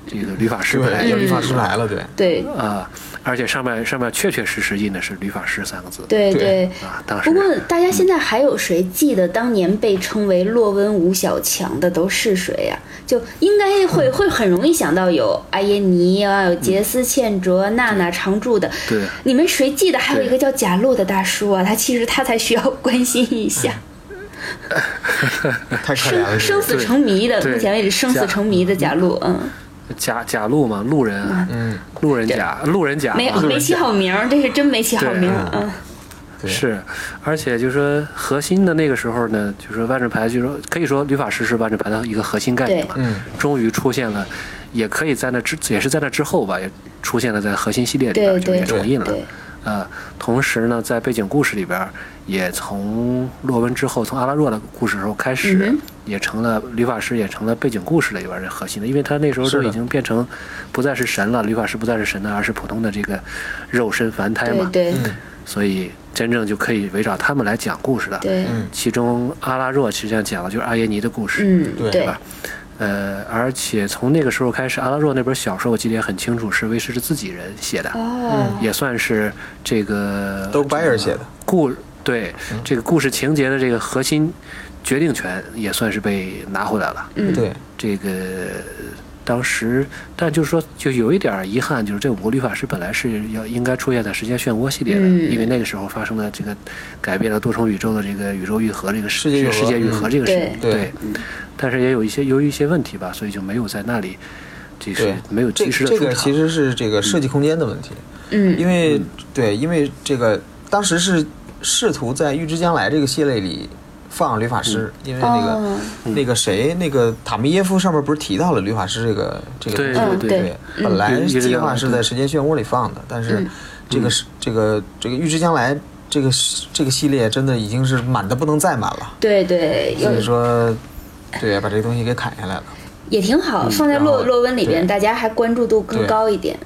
[SPEAKER 1] 这个旅法师牌
[SPEAKER 2] 对，
[SPEAKER 1] 游
[SPEAKER 2] 有理
[SPEAKER 1] 戏
[SPEAKER 2] 发师来了，对，
[SPEAKER 3] 对
[SPEAKER 1] 啊，而且上面上面确确实实印的是旅法师三个字
[SPEAKER 3] 对
[SPEAKER 2] 对
[SPEAKER 3] 对。
[SPEAKER 1] 啊。当时
[SPEAKER 3] 不过，大家现在还有谁记得当年被称为洛温五小强的都是谁呀、就应该会会很容易想到有阿耶尼啊，有杰斯、茜卓、娜娜、常驻的。
[SPEAKER 1] 对
[SPEAKER 3] 你们谁记得还有
[SPEAKER 1] 对
[SPEAKER 3] 一个叫贾洛的大叔啊？他其实他才需要关心一下，
[SPEAKER 2] 太可怜了，这
[SPEAKER 3] 生生
[SPEAKER 2] 个
[SPEAKER 3] 死成谜的，
[SPEAKER 1] 对
[SPEAKER 3] 目前为止生死
[SPEAKER 1] 贾
[SPEAKER 3] 成谜的贾洛，嗯，
[SPEAKER 1] 贾贾路嘛，路人啊，
[SPEAKER 2] 嗯，
[SPEAKER 1] 路人甲，路人甲
[SPEAKER 3] 没
[SPEAKER 1] 啊
[SPEAKER 3] 没起好名儿，这是真没起好
[SPEAKER 1] 对
[SPEAKER 3] 名儿，
[SPEAKER 2] 嗯
[SPEAKER 3] 嗯，
[SPEAKER 2] 对，
[SPEAKER 1] 是，而且就是说核心的那个时候呢，就是说万智牌，就是说可以说旅法师是万智牌的一个核心概念嘛。
[SPEAKER 2] 嗯，
[SPEAKER 1] 终于出现了，也可以在那之也是在那之后吧，也出现了在核心系列里
[SPEAKER 3] 对
[SPEAKER 1] 边，就是
[SPEAKER 3] 对
[SPEAKER 1] 也重印了。
[SPEAKER 3] 对，
[SPEAKER 1] 呃，同时呢，在背景故事里边，也从洛温之后，从阿拉若的故事时候开始，
[SPEAKER 3] 嗯哼
[SPEAKER 1] 也成了吕法师，也成了背景故事里边的核心的，因为他那时候
[SPEAKER 2] 是
[SPEAKER 1] 都
[SPEAKER 2] 的
[SPEAKER 1] 已经变成不再是神了，吕法师不再是神了，而是普通的这个肉身凡胎嘛，
[SPEAKER 3] 对对
[SPEAKER 2] 嗯
[SPEAKER 1] 所以真正就可以围绕他们来讲故事了。
[SPEAKER 3] 对，
[SPEAKER 2] 嗯
[SPEAKER 1] 其中阿拉若实际上讲的就是阿耶尼的故事，
[SPEAKER 3] 嗯
[SPEAKER 2] 对
[SPEAKER 1] 吧呃，而且从那个时候开始，阿拉若那本小说我记得也很清楚，是威士是自己人写的，
[SPEAKER 3] 哦，
[SPEAKER 1] 也算是这个
[SPEAKER 2] 都是白人写的
[SPEAKER 1] 故对这个故事情节的这个核心决定权也算是被拿回来了。
[SPEAKER 3] 嗯
[SPEAKER 2] 对，
[SPEAKER 1] 这个当时，但就是说，就有一点儿遗憾，就是这五个律法师本来是要应该出现在时间漩涡系列的，
[SPEAKER 3] 嗯
[SPEAKER 1] 因为那个时候发生了这个改变了多重宇宙的这个宇宙愈合这个
[SPEAKER 2] 世界愈合
[SPEAKER 1] 世界愈合这个事
[SPEAKER 3] 嗯
[SPEAKER 2] 对
[SPEAKER 1] 对，但是也有一些由于一些问题吧，所以就没有在那里，就是
[SPEAKER 2] 对，
[SPEAKER 1] 没有及时的
[SPEAKER 2] 这
[SPEAKER 1] 出
[SPEAKER 2] 这
[SPEAKER 1] 场。
[SPEAKER 2] 个其实是这个设计空间的问题，
[SPEAKER 3] 嗯，
[SPEAKER 2] 因为、对，因为这个当时是试图在《预知将来》这个系列里放吕法师，
[SPEAKER 1] 嗯
[SPEAKER 2] 因为那个、
[SPEAKER 3] 哦
[SPEAKER 2] 那个谁，那个塔米耶夫上面不是提到了吕法师这个这个
[SPEAKER 1] 对
[SPEAKER 2] 东西吗
[SPEAKER 3] 嗯对嗯
[SPEAKER 2] 本来
[SPEAKER 1] 预知
[SPEAKER 2] 计
[SPEAKER 1] 将
[SPEAKER 2] 划
[SPEAKER 1] 来
[SPEAKER 2] 是在
[SPEAKER 1] 对嗯
[SPEAKER 2] 时间漩涡里放的，但是这个是、这个这个《预知将来》这个这个系列真的已经是满的不能再满了，
[SPEAKER 3] 对对，
[SPEAKER 2] 所
[SPEAKER 3] 有
[SPEAKER 2] 以说。对，把这个东西给砍下来了。
[SPEAKER 3] 也挺好，放在
[SPEAKER 2] 然后
[SPEAKER 3] 洛洛温里边，
[SPEAKER 2] 对
[SPEAKER 3] 大家还关注度更
[SPEAKER 2] 对
[SPEAKER 3] 高一点。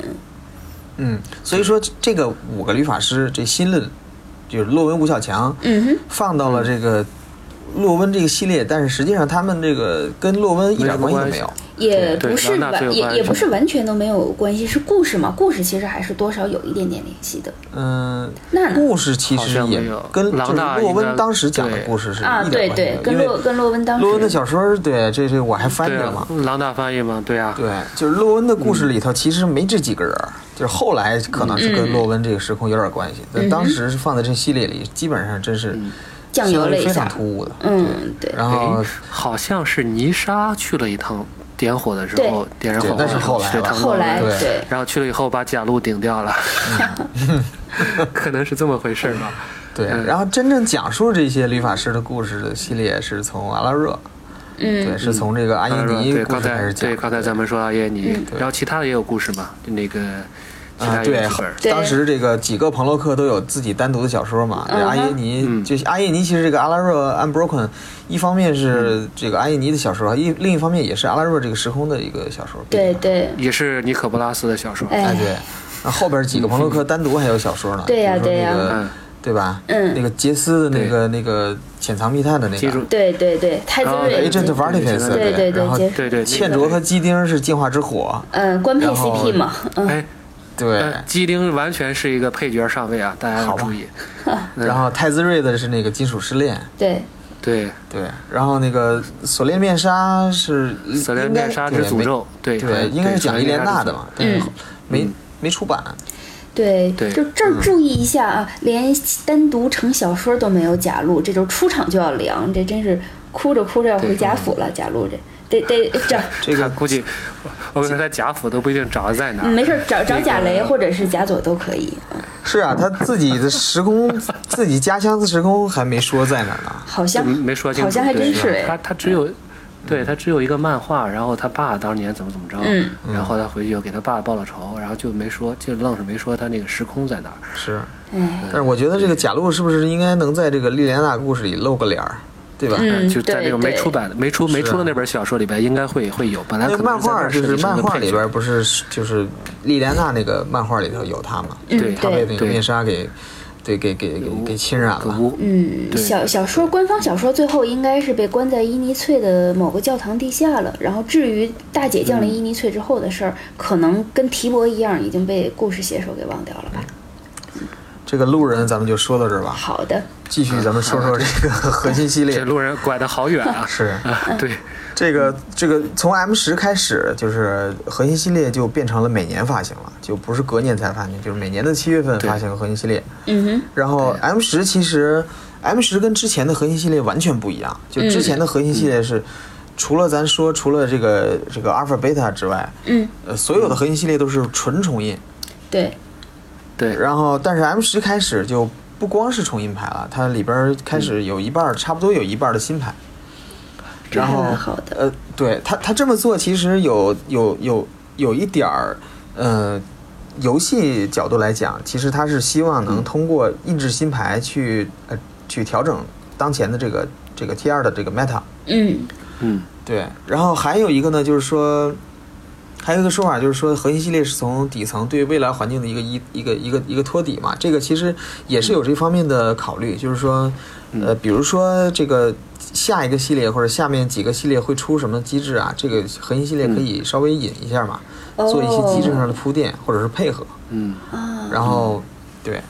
[SPEAKER 2] 嗯，所以说这个五个律法师这新的就是洛温、吴小强，
[SPEAKER 3] 嗯哼，
[SPEAKER 2] 放到了这个洛温这个系列，但是实际上他们这个跟洛温一点关系都没有。
[SPEAKER 3] 也
[SPEAKER 1] 对
[SPEAKER 3] 不是
[SPEAKER 1] 然后纳粹
[SPEAKER 3] 完也
[SPEAKER 1] 化
[SPEAKER 3] 也
[SPEAKER 1] 就
[SPEAKER 3] 不
[SPEAKER 1] 是
[SPEAKER 3] 完全都没有关系，是故事嘛？故事其实还是多少有一点点联系的。
[SPEAKER 2] 嗯，
[SPEAKER 3] 那呢
[SPEAKER 2] 故事其
[SPEAKER 1] 好
[SPEAKER 2] 实
[SPEAKER 1] 像
[SPEAKER 2] 也
[SPEAKER 1] 没有
[SPEAKER 2] 跟就
[SPEAKER 1] 狼
[SPEAKER 2] 是
[SPEAKER 1] 大
[SPEAKER 2] 洛
[SPEAKER 1] 应
[SPEAKER 2] 温
[SPEAKER 1] 该
[SPEAKER 2] 当时讲的
[SPEAKER 1] 对
[SPEAKER 2] 故事是
[SPEAKER 3] 啊，
[SPEAKER 2] 一点
[SPEAKER 3] 对
[SPEAKER 2] 关系没
[SPEAKER 3] 对
[SPEAKER 2] 有，，
[SPEAKER 3] 跟
[SPEAKER 2] 因为
[SPEAKER 3] 洛跟洛温当时
[SPEAKER 2] 洛温的小说，对这这我还翻
[SPEAKER 1] 对
[SPEAKER 2] 着
[SPEAKER 1] 啊
[SPEAKER 2] 嘛。，
[SPEAKER 1] 狼大翻译嘛，对啊，
[SPEAKER 2] 对，就是洛温的故事里头其实没这几个人儿，就是后来可能是跟
[SPEAKER 3] 嗯
[SPEAKER 2] 洛温这个时空有点关系，但当时是放在这系列里，基本上真是
[SPEAKER 3] 酱油了一
[SPEAKER 2] 非常
[SPEAKER 3] 下，
[SPEAKER 2] 突兀的。
[SPEAKER 3] 嗯，对，
[SPEAKER 2] 然
[SPEAKER 1] 哎
[SPEAKER 2] 后，
[SPEAKER 1] 好像是泥沙去了一趟点火的时候，点燃
[SPEAKER 2] 对
[SPEAKER 1] 火
[SPEAKER 2] 那是后来
[SPEAKER 1] 对
[SPEAKER 2] 了
[SPEAKER 1] 唐诺
[SPEAKER 3] 后来
[SPEAKER 2] 对
[SPEAKER 3] 对
[SPEAKER 1] 然后去了以后把贾路顶掉
[SPEAKER 2] (laughs)
[SPEAKER 1] 了，可能是这么回事吧。
[SPEAKER 2] 对，
[SPEAKER 1] 嗯
[SPEAKER 2] 然后真正讲述这些律法师的故事的系列是从阿拉热，对，
[SPEAKER 3] 嗯，
[SPEAKER 2] 是从这个阿
[SPEAKER 1] 当然
[SPEAKER 2] 依
[SPEAKER 1] 了
[SPEAKER 2] 尼
[SPEAKER 1] 呃对，
[SPEAKER 2] 故
[SPEAKER 1] 刚
[SPEAKER 2] 事开
[SPEAKER 1] 才
[SPEAKER 2] 始讲
[SPEAKER 1] 对
[SPEAKER 2] 的。
[SPEAKER 1] 刚才咱们说阿耶尼，
[SPEAKER 2] 对
[SPEAKER 1] 然后其他的也有故事嘛，就那个其
[SPEAKER 2] 啊，
[SPEAKER 1] 他也
[SPEAKER 2] 对
[SPEAKER 1] 有几本儿，
[SPEAKER 3] 对
[SPEAKER 2] 当时这个几个朋洛克都有自己单独的小说嘛。
[SPEAKER 3] 嗯
[SPEAKER 2] 这
[SPEAKER 3] 哼
[SPEAKER 2] 阿耶尼
[SPEAKER 1] 嗯
[SPEAKER 2] 就是阿耶尼，其实这个阿拉热 Unbroken，一方面
[SPEAKER 1] 嗯
[SPEAKER 2] 是这个阿耶尼的小说，一另一方面也是阿拉热这个时空的一个小说。
[SPEAKER 3] 对对，
[SPEAKER 1] 也是尼可波拉斯的小说。
[SPEAKER 2] 哎
[SPEAKER 3] 哎，
[SPEAKER 2] 对，那后边几个朋洛克单独还有小说呢。
[SPEAKER 3] 对呀
[SPEAKER 2] 比如说
[SPEAKER 3] 对呀
[SPEAKER 2] 那个
[SPEAKER 1] 嗯，
[SPEAKER 2] 对吧？
[SPEAKER 3] 嗯
[SPEAKER 2] 那个杰斯的那个那个潜藏密探的那
[SPEAKER 1] 记住
[SPEAKER 2] 个。
[SPEAKER 3] 对对对，太子
[SPEAKER 1] 然后
[SPEAKER 3] 睿，
[SPEAKER 2] Agent of
[SPEAKER 3] 对
[SPEAKER 2] Artifice，
[SPEAKER 3] 对对对
[SPEAKER 2] 然后
[SPEAKER 3] 杰
[SPEAKER 1] 对对，
[SPEAKER 2] 茜卓和基丁是进化之火，
[SPEAKER 3] 嗯，官配
[SPEAKER 2] 然后
[SPEAKER 3] CP 嘛，
[SPEAKER 1] 那个
[SPEAKER 3] 嗯，
[SPEAKER 1] 哎，
[SPEAKER 2] 对
[SPEAKER 1] 呃，基丁完全是一个配角上位啊，大家要
[SPEAKER 2] 好吧
[SPEAKER 1] 注意。嗯
[SPEAKER 2] 然后泰兹瑞的是那个金属失恋，
[SPEAKER 3] 对，
[SPEAKER 1] 对，
[SPEAKER 2] 对，然后那个锁链面纱是
[SPEAKER 1] 色列面纱之诅，咒，对
[SPEAKER 2] 应该对没对，应该是讲伊莲娜的嘛，
[SPEAKER 3] 对
[SPEAKER 2] 但是
[SPEAKER 3] 嗯
[SPEAKER 2] 没没出版，
[SPEAKER 3] 对，
[SPEAKER 1] 对嗯
[SPEAKER 3] 就这儿注意一下啊，连单独成小说都没有贾露，这就出场就要凉，这真是哭着哭着要回
[SPEAKER 1] 对嗯
[SPEAKER 3] 贾府了。贾露这得
[SPEAKER 1] (laughs)
[SPEAKER 3] 得找，
[SPEAKER 1] 这个估计，我跟你说，在贾府都不一定找得在哪儿。
[SPEAKER 3] 没事儿找找贾雷或者是贾佐都可以。
[SPEAKER 2] 是啊，他自己的时空，自己家乡的时空还没说在哪儿呢，
[SPEAKER 3] 好像
[SPEAKER 1] 嗯没说清楚，
[SPEAKER 3] 好像还真
[SPEAKER 1] 对
[SPEAKER 3] 是
[SPEAKER 1] 他
[SPEAKER 3] 哎，
[SPEAKER 1] 他只有，对他只有一个漫画，然后他爸当年怎么怎么着，
[SPEAKER 3] 嗯
[SPEAKER 1] 然后他回去又给他爸报了仇，然后就没说，就愣是没说他那个时空在哪儿。
[SPEAKER 2] 是，
[SPEAKER 3] 哎，
[SPEAKER 1] 嗯
[SPEAKER 2] 但是我觉得这个贾露是不是应该能在这个莉莲娜故事里露个脸儿，对吧？
[SPEAKER 3] 嗯
[SPEAKER 1] 就在那个
[SPEAKER 3] 对
[SPEAKER 1] 没出版的、没出没出的那本小说里边，应该会会有。本来
[SPEAKER 2] 啊那
[SPEAKER 1] 可能
[SPEAKER 2] 漫画
[SPEAKER 1] 是在那儿设
[SPEAKER 2] 就是
[SPEAKER 1] 计成
[SPEAKER 2] 漫
[SPEAKER 1] 个
[SPEAKER 2] 画
[SPEAKER 1] 配
[SPEAKER 2] 里
[SPEAKER 1] 角
[SPEAKER 2] 边不是就是莉莲娜那个漫画里头有他嘛，
[SPEAKER 1] 对
[SPEAKER 3] 嗯
[SPEAKER 2] 他被
[SPEAKER 3] 对，
[SPEAKER 2] 那个
[SPEAKER 1] 对
[SPEAKER 2] 面纱给，对，给给给给侵染
[SPEAKER 1] 可
[SPEAKER 2] 了。
[SPEAKER 1] 污，
[SPEAKER 3] 嗯，
[SPEAKER 1] 对
[SPEAKER 3] 小小说官方小说最后应该是被关在伊尼翠的某个教堂地下了。然后至于大姐降临
[SPEAKER 2] 嗯
[SPEAKER 3] 伊尼翠之后的事儿，可能跟提伯一样，已经被故事写手给忘掉了吧。
[SPEAKER 2] 这个路人咱们就说到这儿吧，
[SPEAKER 3] 好的，
[SPEAKER 2] 继续咱们说
[SPEAKER 1] (laughs)
[SPEAKER 2] 说这个核心系
[SPEAKER 1] 这
[SPEAKER 2] 列。！
[SPEAKER 1] 路人拐得好远啊
[SPEAKER 2] 是
[SPEAKER 1] (laughs) 对，
[SPEAKER 2] 这个这个从 M 十开始，就是核心系列就变成了每年发行了，就不是隔年才发行，就是每年的七月份
[SPEAKER 1] 对
[SPEAKER 2] 发行核心系列。
[SPEAKER 3] 嗯哼，
[SPEAKER 2] 然后 M 十其实 M 十跟之前的核心系列完全不一样，就之前的核心系列是、除了咱说除了这个这个阿尔法贝塔之外，
[SPEAKER 3] 嗯，
[SPEAKER 2] 呃，所有的核心系列都是纯重印。
[SPEAKER 3] 对，
[SPEAKER 1] 对，
[SPEAKER 2] 然后，但是 M 十开始就不光是重印牌了，它里边儿开始有一半儿，差不多有一半儿的新牌。
[SPEAKER 3] 这
[SPEAKER 2] 然
[SPEAKER 3] 还
[SPEAKER 2] 后
[SPEAKER 3] 蛮好的。
[SPEAKER 2] 呃，对他，他这么做其实有有有有一点儿，呃，游戏角度来讲，其实他是希望能通过印制新牌去呃去调整当前的这个这个 T 二的这个 meta。
[SPEAKER 3] 嗯
[SPEAKER 1] 嗯，
[SPEAKER 2] 对，然后还有一个呢，就是说，还有一个说法就是说，核心系列是从底层对未来环境的一个一一个一个一个托底嘛，这个其实也是有这方面的考虑，就是说，呃，比如说这个下一个系列或者下面几个系列会出什么机制啊，这个核心系列可以稍微引一下嘛，
[SPEAKER 3] 哦
[SPEAKER 2] 做一些机制上的铺垫或者是配合，
[SPEAKER 1] 嗯，
[SPEAKER 3] 啊，
[SPEAKER 2] 然后，对，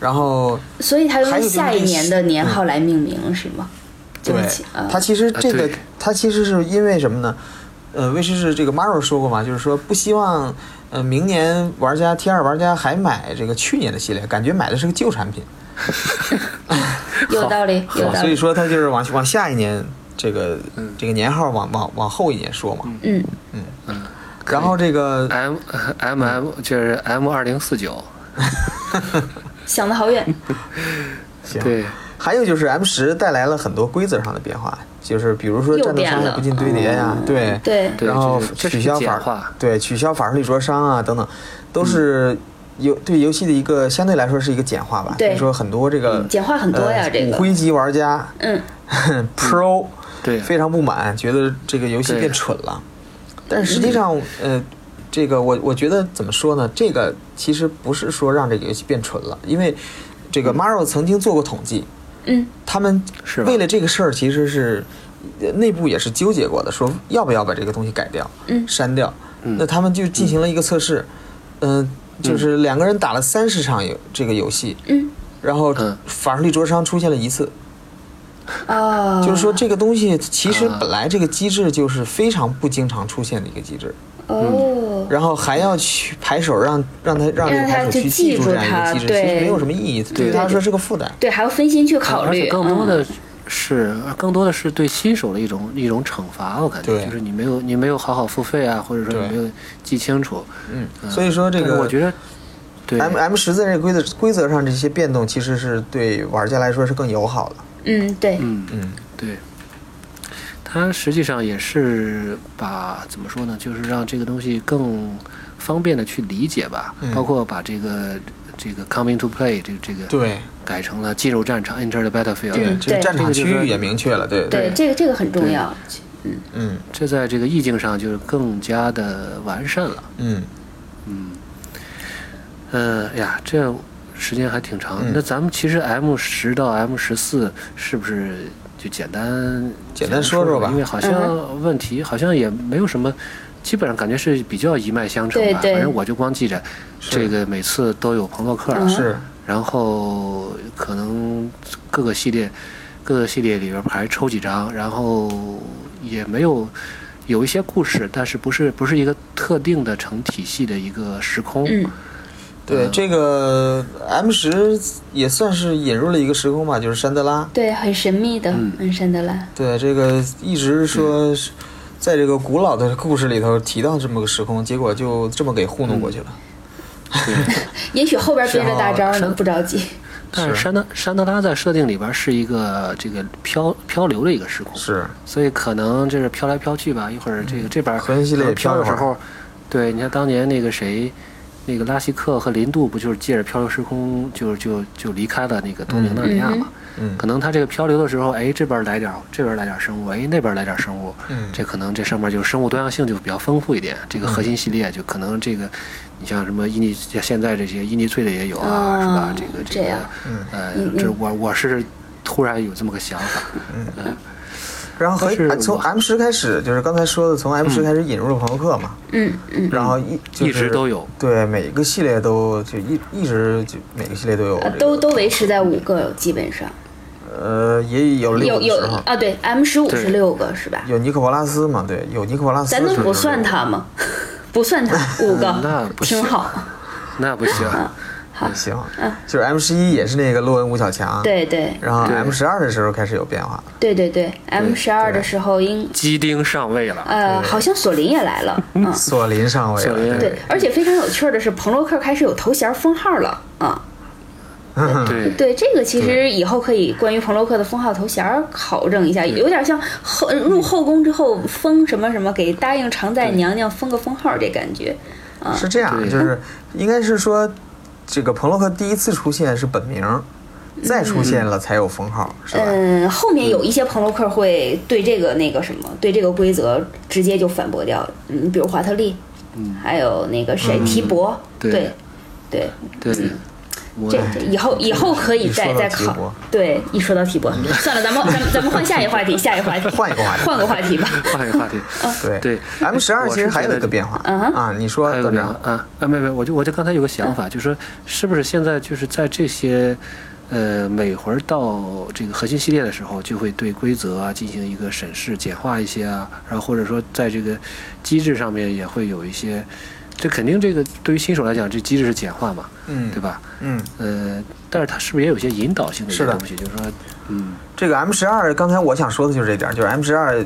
[SPEAKER 2] 然后。
[SPEAKER 3] 所以他
[SPEAKER 2] 还有
[SPEAKER 3] 用
[SPEAKER 2] 一个嗯
[SPEAKER 3] 下一
[SPEAKER 2] 历史
[SPEAKER 3] 年的年号来命名是吗？对不起啊，
[SPEAKER 2] 它其实这个
[SPEAKER 1] 对，
[SPEAKER 2] 它其实是因为什么呢？呃，卫士是这个 Maro 说过嘛，就是说不希望呃明年玩家 T 二玩家还买这个去年的系列，感觉买的是个旧产品，
[SPEAKER 3] 有道理，有道
[SPEAKER 2] 所以
[SPEAKER 3] 理。
[SPEAKER 2] 说它就是往往下一年这个、这个年号往往往后一年说嘛。
[SPEAKER 3] 嗯，
[SPEAKER 2] 然后这个
[SPEAKER 1] M (laughs) M M 就是 M 二零四九，
[SPEAKER 3] 想得好远。
[SPEAKER 2] 行
[SPEAKER 1] 对，
[SPEAKER 2] 还有就是 M 十带来了很多规则上的变化，就是比如说
[SPEAKER 3] 又
[SPEAKER 2] 战斗
[SPEAKER 3] 变
[SPEAKER 2] 伤害
[SPEAKER 3] 了嗯
[SPEAKER 2] 不进堆叠呀、 (laughs) 对
[SPEAKER 3] 对，
[SPEAKER 1] 对
[SPEAKER 2] 然后
[SPEAKER 1] 这是
[SPEAKER 2] 取消
[SPEAKER 1] 简
[SPEAKER 2] 法
[SPEAKER 1] 化嗯
[SPEAKER 2] 对取消法术力灼伤啊等等，都是游、对游戏的一个相对来说是一个简化吧。
[SPEAKER 3] 对嗯
[SPEAKER 2] 就是说很多这个、
[SPEAKER 3] 简化很多呀
[SPEAKER 2] 呃
[SPEAKER 3] 这个
[SPEAKER 2] 骨灰级玩家
[SPEAKER 3] 嗯，
[SPEAKER 2] Pro
[SPEAKER 1] 对
[SPEAKER 2] 非常不满，觉得这个游戏
[SPEAKER 1] 对
[SPEAKER 3] 嗯
[SPEAKER 2] 变蠢了。但是实际上，呃，这个我我觉得怎么说呢？这个其实不是说让这个游戏变蠢了，因为这个 Marvel 曾经做过统计，
[SPEAKER 3] 嗯，
[SPEAKER 2] 他们
[SPEAKER 1] 是吧
[SPEAKER 2] 为了这个事儿其实是呃内部也是纠结过的，说要不要把这个东西改掉，
[SPEAKER 3] 嗯
[SPEAKER 2] 删掉。
[SPEAKER 1] 嗯
[SPEAKER 2] 那他们就进行了一个测试，嗯、就是两个人打了三十场游这个游戏，
[SPEAKER 3] 嗯
[SPEAKER 2] 然后
[SPEAKER 1] 嗯
[SPEAKER 2] 法律灼伤出现了一次，
[SPEAKER 3] 哦，
[SPEAKER 2] 就是说这个东西其实
[SPEAKER 1] 啊
[SPEAKER 2] 本来这个机制就是非常不经常出现的一个机制，
[SPEAKER 3] 哦，
[SPEAKER 2] 然后还要去排手让让他让这个
[SPEAKER 3] 让他
[SPEAKER 2] 排手
[SPEAKER 3] 去
[SPEAKER 2] 去
[SPEAKER 3] 记
[SPEAKER 2] 记住
[SPEAKER 3] 住
[SPEAKER 2] 这样一个
[SPEAKER 3] 它
[SPEAKER 2] 机制，
[SPEAKER 3] 对
[SPEAKER 2] 其实没有什么意义，对于他来说是个负担。
[SPEAKER 3] 对，还要分心去考
[SPEAKER 1] 而
[SPEAKER 3] 虑，
[SPEAKER 1] 且更多
[SPEAKER 3] 嗯
[SPEAKER 1] 的是，更多的是对新手的一种一种惩罚，我感觉
[SPEAKER 2] 对
[SPEAKER 1] 就是你没有你没有好好付费啊，或者说
[SPEAKER 2] 对
[SPEAKER 1] 你没有记清楚。
[SPEAKER 2] 嗯，
[SPEAKER 1] 嗯
[SPEAKER 2] 所以说这
[SPEAKER 1] 但是
[SPEAKER 2] 个
[SPEAKER 1] 我觉得，对
[SPEAKER 2] M M M，M 十在这个规则规则上这些变动，其实是对玩家来说是更友好的。
[SPEAKER 3] 嗯，对，
[SPEAKER 1] 嗯，
[SPEAKER 2] 嗯，
[SPEAKER 1] 对，它实际上也是把怎么说呢，就是让这个东西更方便的去理解吧，
[SPEAKER 2] 嗯
[SPEAKER 1] 包括把这个这个 coming to play 这个这个
[SPEAKER 2] 对
[SPEAKER 1] 改成了进入战场 enter the battlefield，嗯
[SPEAKER 2] 对，这个
[SPEAKER 3] 嗯对
[SPEAKER 2] 战场
[SPEAKER 1] 这个就
[SPEAKER 2] 区
[SPEAKER 1] 是
[SPEAKER 2] 域也明确了，对
[SPEAKER 3] 对，这个这个很重要，
[SPEAKER 2] 嗯
[SPEAKER 1] 这在这个意境上就是更加的完善了。
[SPEAKER 2] 嗯，
[SPEAKER 1] 嗯、哎呀，这时间还挺长。
[SPEAKER 2] 嗯
[SPEAKER 1] 那咱们其实 M 十到 M 十四是不是就简单
[SPEAKER 2] 简单
[SPEAKER 1] 说
[SPEAKER 2] 说说吧
[SPEAKER 1] 因为好
[SPEAKER 3] 嗯
[SPEAKER 1] 像问题好像也没有什么，基本上感觉是比较一脉相承吧。
[SPEAKER 3] 对对
[SPEAKER 1] 反正我就光记着
[SPEAKER 2] 是
[SPEAKER 1] 这个每次都有朋洛克，
[SPEAKER 3] 嗯
[SPEAKER 2] 是
[SPEAKER 1] 然后可能各个系列各个系列里边还抽几张，然后也没有。有一些故事，但是不是不是一个特定的成体系的一个时空，
[SPEAKER 3] 嗯
[SPEAKER 2] 对这个 M 十也算是引入了一个时空吧，就是山德拉。
[SPEAKER 3] 对，很神秘的，
[SPEAKER 1] 嗯
[SPEAKER 3] 嗯，山德拉，
[SPEAKER 2] 对，这个一直说是在这个古老的故事里头提到这么个时空，结果就这么给糊弄过去了。
[SPEAKER 3] 也许后边憋着大招
[SPEAKER 1] 是
[SPEAKER 3] 呢，
[SPEAKER 1] 啊
[SPEAKER 3] 不着急，
[SPEAKER 1] 但是
[SPEAKER 2] 是
[SPEAKER 1] 山德山德拉在设定里边是一个这个漂漂流的一个时空，
[SPEAKER 2] 是，
[SPEAKER 1] 所以可能这是飘来飘去吧。一会儿这个这边
[SPEAKER 2] 核心系列
[SPEAKER 1] 可能
[SPEAKER 2] 也飘
[SPEAKER 1] 飘的
[SPEAKER 2] 嗯一
[SPEAKER 1] 时
[SPEAKER 2] 会儿
[SPEAKER 1] 候，对，你看当年那个谁，那个拉希克和林度不就是借着漂流时空就就就离开了那个东明纳里亚啊嘛？
[SPEAKER 2] 嗯
[SPEAKER 1] 可能他这个漂流的时候，哎，这边来点儿这边来点儿生物，哎，那边来点儿生物，
[SPEAKER 2] 嗯
[SPEAKER 1] 这可能这上面就是生物多样性就比较丰富一点。这个核心系列就可能这个，你像什么印尼现在这些印尼翠的也有啊，是吧
[SPEAKER 3] 哦？
[SPEAKER 1] 这个
[SPEAKER 3] 这
[SPEAKER 1] 个
[SPEAKER 3] 样
[SPEAKER 2] 嗯
[SPEAKER 1] 呃
[SPEAKER 3] 嗯，嗯
[SPEAKER 1] 这我我是突然有这么个想法，嗯，
[SPEAKER 2] 然后和
[SPEAKER 1] 但是
[SPEAKER 2] 啊从
[SPEAKER 1] 我
[SPEAKER 2] M 十开始，就是刚才说的，从 M 十开始引入了朋克嘛，
[SPEAKER 3] 嗯嗯，
[SPEAKER 2] 然后一、就是、
[SPEAKER 1] 一直都有，
[SPEAKER 2] 对每个系列都就一一直就每个系列都有、这
[SPEAKER 3] 呃
[SPEAKER 2] 个
[SPEAKER 3] 都都维持在五个基本上，
[SPEAKER 2] 呃也有六
[SPEAKER 3] 有
[SPEAKER 2] 个时
[SPEAKER 3] 有
[SPEAKER 2] 候，呃
[SPEAKER 3] 啊，对，M 十五
[SPEAKER 1] 对
[SPEAKER 3] 是六个是吧？
[SPEAKER 2] 有尼可波拉斯嘛，对，有尼可波拉斯，
[SPEAKER 3] 咱能不算他吗？ (laughs) 不算他，
[SPEAKER 1] (laughs)
[SPEAKER 3] 五个，
[SPEAKER 1] 那不行嗯
[SPEAKER 3] 挺好，
[SPEAKER 1] 那不行，
[SPEAKER 3] 好
[SPEAKER 2] 也，行，就是 M 十一也是那个洛恩吴小强，，
[SPEAKER 3] 嗯对嗯对
[SPEAKER 2] 然后
[SPEAKER 1] 对
[SPEAKER 2] M 十二的时候开始有变化，
[SPEAKER 3] 对对对，M 十二的时候应
[SPEAKER 1] 鸡丁上位了，
[SPEAKER 3] 呃，好像索林也
[SPEAKER 1] (laughs)
[SPEAKER 3] 来了，嗯，
[SPEAKER 2] 索林上位
[SPEAKER 1] 索林
[SPEAKER 2] 了，
[SPEAKER 3] 对，而且非常有趣儿的是，彭洛克开始有头衔儿封号了啊。
[SPEAKER 1] 对，
[SPEAKER 3] 对，这个其实以后可以关于彭洛克的封号头衔儿考证一下，有点像后入后宫之后封什么什么，给答应常在娘娘封个封号儿这感觉。
[SPEAKER 2] (laughs) 是这样，
[SPEAKER 1] 对
[SPEAKER 2] 就是应该是说，这个彭洛克第一次出现是本名，再出现了才有封号，是吧？
[SPEAKER 3] 嗯，后面有一些彭洛克会对这个那个什么，对这个规则直接就反驳掉。嗯，比如华特利，嗯，还有那个谁，提伯，
[SPEAKER 1] 对
[SPEAKER 3] 对，对，
[SPEAKER 1] 对，我
[SPEAKER 3] 这这以后以后可以
[SPEAKER 2] 一
[SPEAKER 3] 再
[SPEAKER 2] 说到
[SPEAKER 3] 再
[SPEAKER 2] 提
[SPEAKER 3] 考
[SPEAKER 2] 伯。
[SPEAKER 3] 对，一说到提伯，算了，咱们咱们咱们换下一个话题，下一个话
[SPEAKER 2] (laughs)
[SPEAKER 3] 题，
[SPEAKER 2] 换一个话题
[SPEAKER 3] 换个话题吧。
[SPEAKER 1] 换一个话题，
[SPEAKER 2] 对
[SPEAKER 1] 对
[SPEAKER 2] M 十二
[SPEAKER 1] 我是
[SPEAKER 2] 其实还
[SPEAKER 1] 觉
[SPEAKER 2] 有
[SPEAKER 1] 得
[SPEAKER 2] 一个变化
[SPEAKER 3] 哦嗯哼
[SPEAKER 2] 啊，你说
[SPEAKER 1] 还有
[SPEAKER 2] 怎
[SPEAKER 1] 个
[SPEAKER 2] 么
[SPEAKER 1] 啥
[SPEAKER 2] 样？
[SPEAKER 1] 啊啊，没有没有，我就我就刚才有个想法，就说是不是现在就是在这些。呃，每回到这个核心系列的时候，就会对规则啊进行一个审视、简化一些啊，然后或者说在这个机制上面也会有一些，这肯定这个对于新手来讲，这机制是简化嘛，
[SPEAKER 2] 嗯
[SPEAKER 1] 对吧？
[SPEAKER 2] 嗯，
[SPEAKER 1] 呃，但是它是不是也有一些引导性的一些
[SPEAKER 2] 是的
[SPEAKER 1] 东西？就是说，嗯，
[SPEAKER 2] 这个 M 十二，刚才我想说的就是这点，就是 M 十二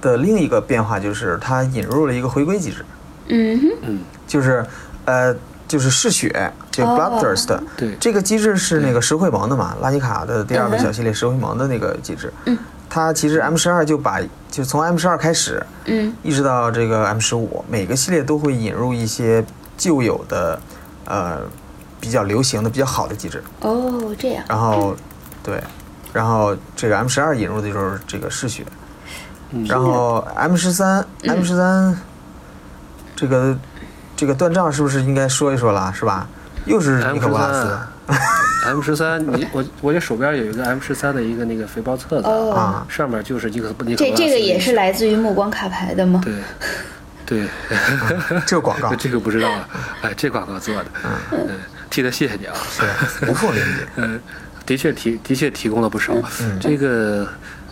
[SPEAKER 2] 的另一个变化就是它引入了一个回归机制，
[SPEAKER 3] 嗯哼，
[SPEAKER 2] 就是呃，就是嗜血，这个
[SPEAKER 3] 哦
[SPEAKER 2] Bloodthirst，、
[SPEAKER 1] 对
[SPEAKER 2] 这个机制是那个石灰盟的嘛，拉尼卡的第二个小系列石灰盟的那个机制，
[SPEAKER 3] 嗯，
[SPEAKER 2] 它其实 M 十二就把就从 M 十二开始，
[SPEAKER 3] 嗯
[SPEAKER 2] 一直到这个 M 十五，每个系列都会引入一些旧有的，呃，比较流行的、比较好的机制。
[SPEAKER 3] 哦，这样，
[SPEAKER 2] 然后，对，然后这个 M 十二引入的就是这个嗜血，
[SPEAKER 3] 嗯
[SPEAKER 2] 然后 M 十三、M 十三，这个这个断账是不是应该说一说了，是吧？又是尼
[SPEAKER 3] 啊
[SPEAKER 1] M
[SPEAKER 2] 可
[SPEAKER 1] 十
[SPEAKER 2] 波拉
[SPEAKER 1] 三
[SPEAKER 2] 斯。
[SPEAKER 3] (laughs)
[SPEAKER 1] ，M 十三，你我我这手边有一个 M 十三的一个那个肥包册子啊，
[SPEAKER 3] 哦
[SPEAKER 2] 啊
[SPEAKER 1] 上面就是尼可尼可波
[SPEAKER 3] 这
[SPEAKER 1] 拉
[SPEAKER 3] 这个
[SPEAKER 1] 斯
[SPEAKER 3] 也是来自于目光卡牌的吗？
[SPEAKER 1] 对对， (laughs)
[SPEAKER 2] 这个广告
[SPEAKER 1] 这个不知道了，哎，这广告做的，嗯，替他谢谢你啊，
[SPEAKER 2] 对无缝连接，
[SPEAKER 1] 嗯，的确提的确提供了不少。
[SPEAKER 2] 嗯
[SPEAKER 1] 这个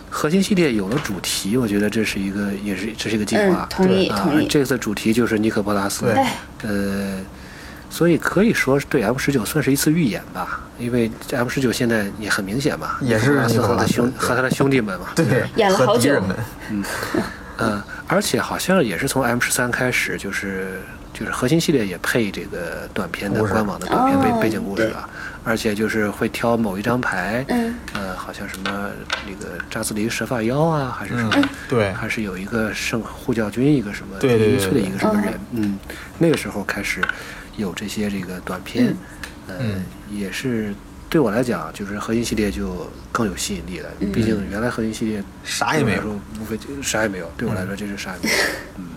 [SPEAKER 1] 核心系列有了主题，我觉得这是一个也是这是一个进化。
[SPEAKER 3] 嗯，同意
[SPEAKER 1] 啊
[SPEAKER 3] 同，意。
[SPEAKER 1] 这次主题就是尼可波拉斯
[SPEAKER 2] 对。
[SPEAKER 3] 哎，
[SPEAKER 1] 呃，所以可以说是对 M 十九算是一次预演吧，因为 M 十九现在也很明显嘛，
[SPEAKER 2] 也是
[SPEAKER 1] 尼
[SPEAKER 2] 尼
[SPEAKER 1] 可波
[SPEAKER 2] 可波
[SPEAKER 1] 拉
[SPEAKER 2] 拉
[SPEAKER 1] 斯和他
[SPEAKER 2] 斯
[SPEAKER 1] 的兄和他的兄弟们嘛。
[SPEAKER 2] 对，
[SPEAKER 3] 演了
[SPEAKER 2] 和
[SPEAKER 3] 好
[SPEAKER 2] 敌
[SPEAKER 3] 久
[SPEAKER 2] 人们，
[SPEAKER 1] 嗯，而且好像也是从 M 十三开始，就是就是核心系列也配这个短片的
[SPEAKER 2] 故事
[SPEAKER 1] 官网的短片背、
[SPEAKER 3] 哦
[SPEAKER 1] 背景故事啊，而且就是会挑某一张牌，
[SPEAKER 3] 嗯
[SPEAKER 1] 呃，好像什么那个扎斯林蛇发妖啊，还是什么，
[SPEAKER 2] 嗯对
[SPEAKER 1] 还是有一个圣护教军一个什么
[SPEAKER 2] 对对对
[SPEAKER 1] 民粹的
[SPEAKER 2] 对
[SPEAKER 1] 一个什么
[SPEAKER 3] 嗯
[SPEAKER 1] 人，嗯，那个时候开始有这些这个短片，嗯、呃，
[SPEAKER 2] 嗯
[SPEAKER 1] 也是。对我来讲，就是核心系列就更有吸引力了。
[SPEAKER 3] 嗯
[SPEAKER 1] 毕竟原来核心系列
[SPEAKER 2] 啥也没有
[SPEAKER 1] 对我来说无非就啥也没有。对我来说，这是啥也没有。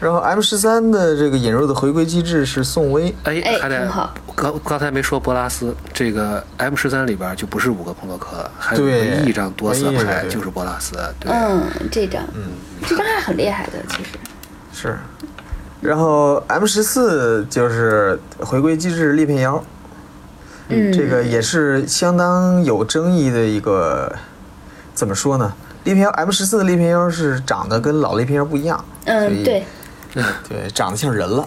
[SPEAKER 2] 然后 M 十三的这个引入的回归机制是宋威，
[SPEAKER 1] 哎
[SPEAKER 3] 哎，
[SPEAKER 1] 还得
[SPEAKER 3] 很好
[SPEAKER 1] 刚刚才没说博拉斯，这个 M 十三里边就不是五个朋洛克了，还有
[SPEAKER 2] 对
[SPEAKER 1] 唯一一张多色
[SPEAKER 2] 唯一一
[SPEAKER 1] 牌
[SPEAKER 2] 个
[SPEAKER 1] 就是博拉斯，对，
[SPEAKER 3] 嗯，这张，这张还很厉害的，其实。
[SPEAKER 2] 是，然后 M 十四就是回归机制裂变妖，
[SPEAKER 3] 嗯，
[SPEAKER 2] 这个也是相当有争议的一个，怎么说呢？裂变妖 M 十四的裂变妖是长得跟老裂变妖不一样，所
[SPEAKER 3] 嗯，
[SPEAKER 2] 以
[SPEAKER 3] 对，
[SPEAKER 2] 对，长得像人了，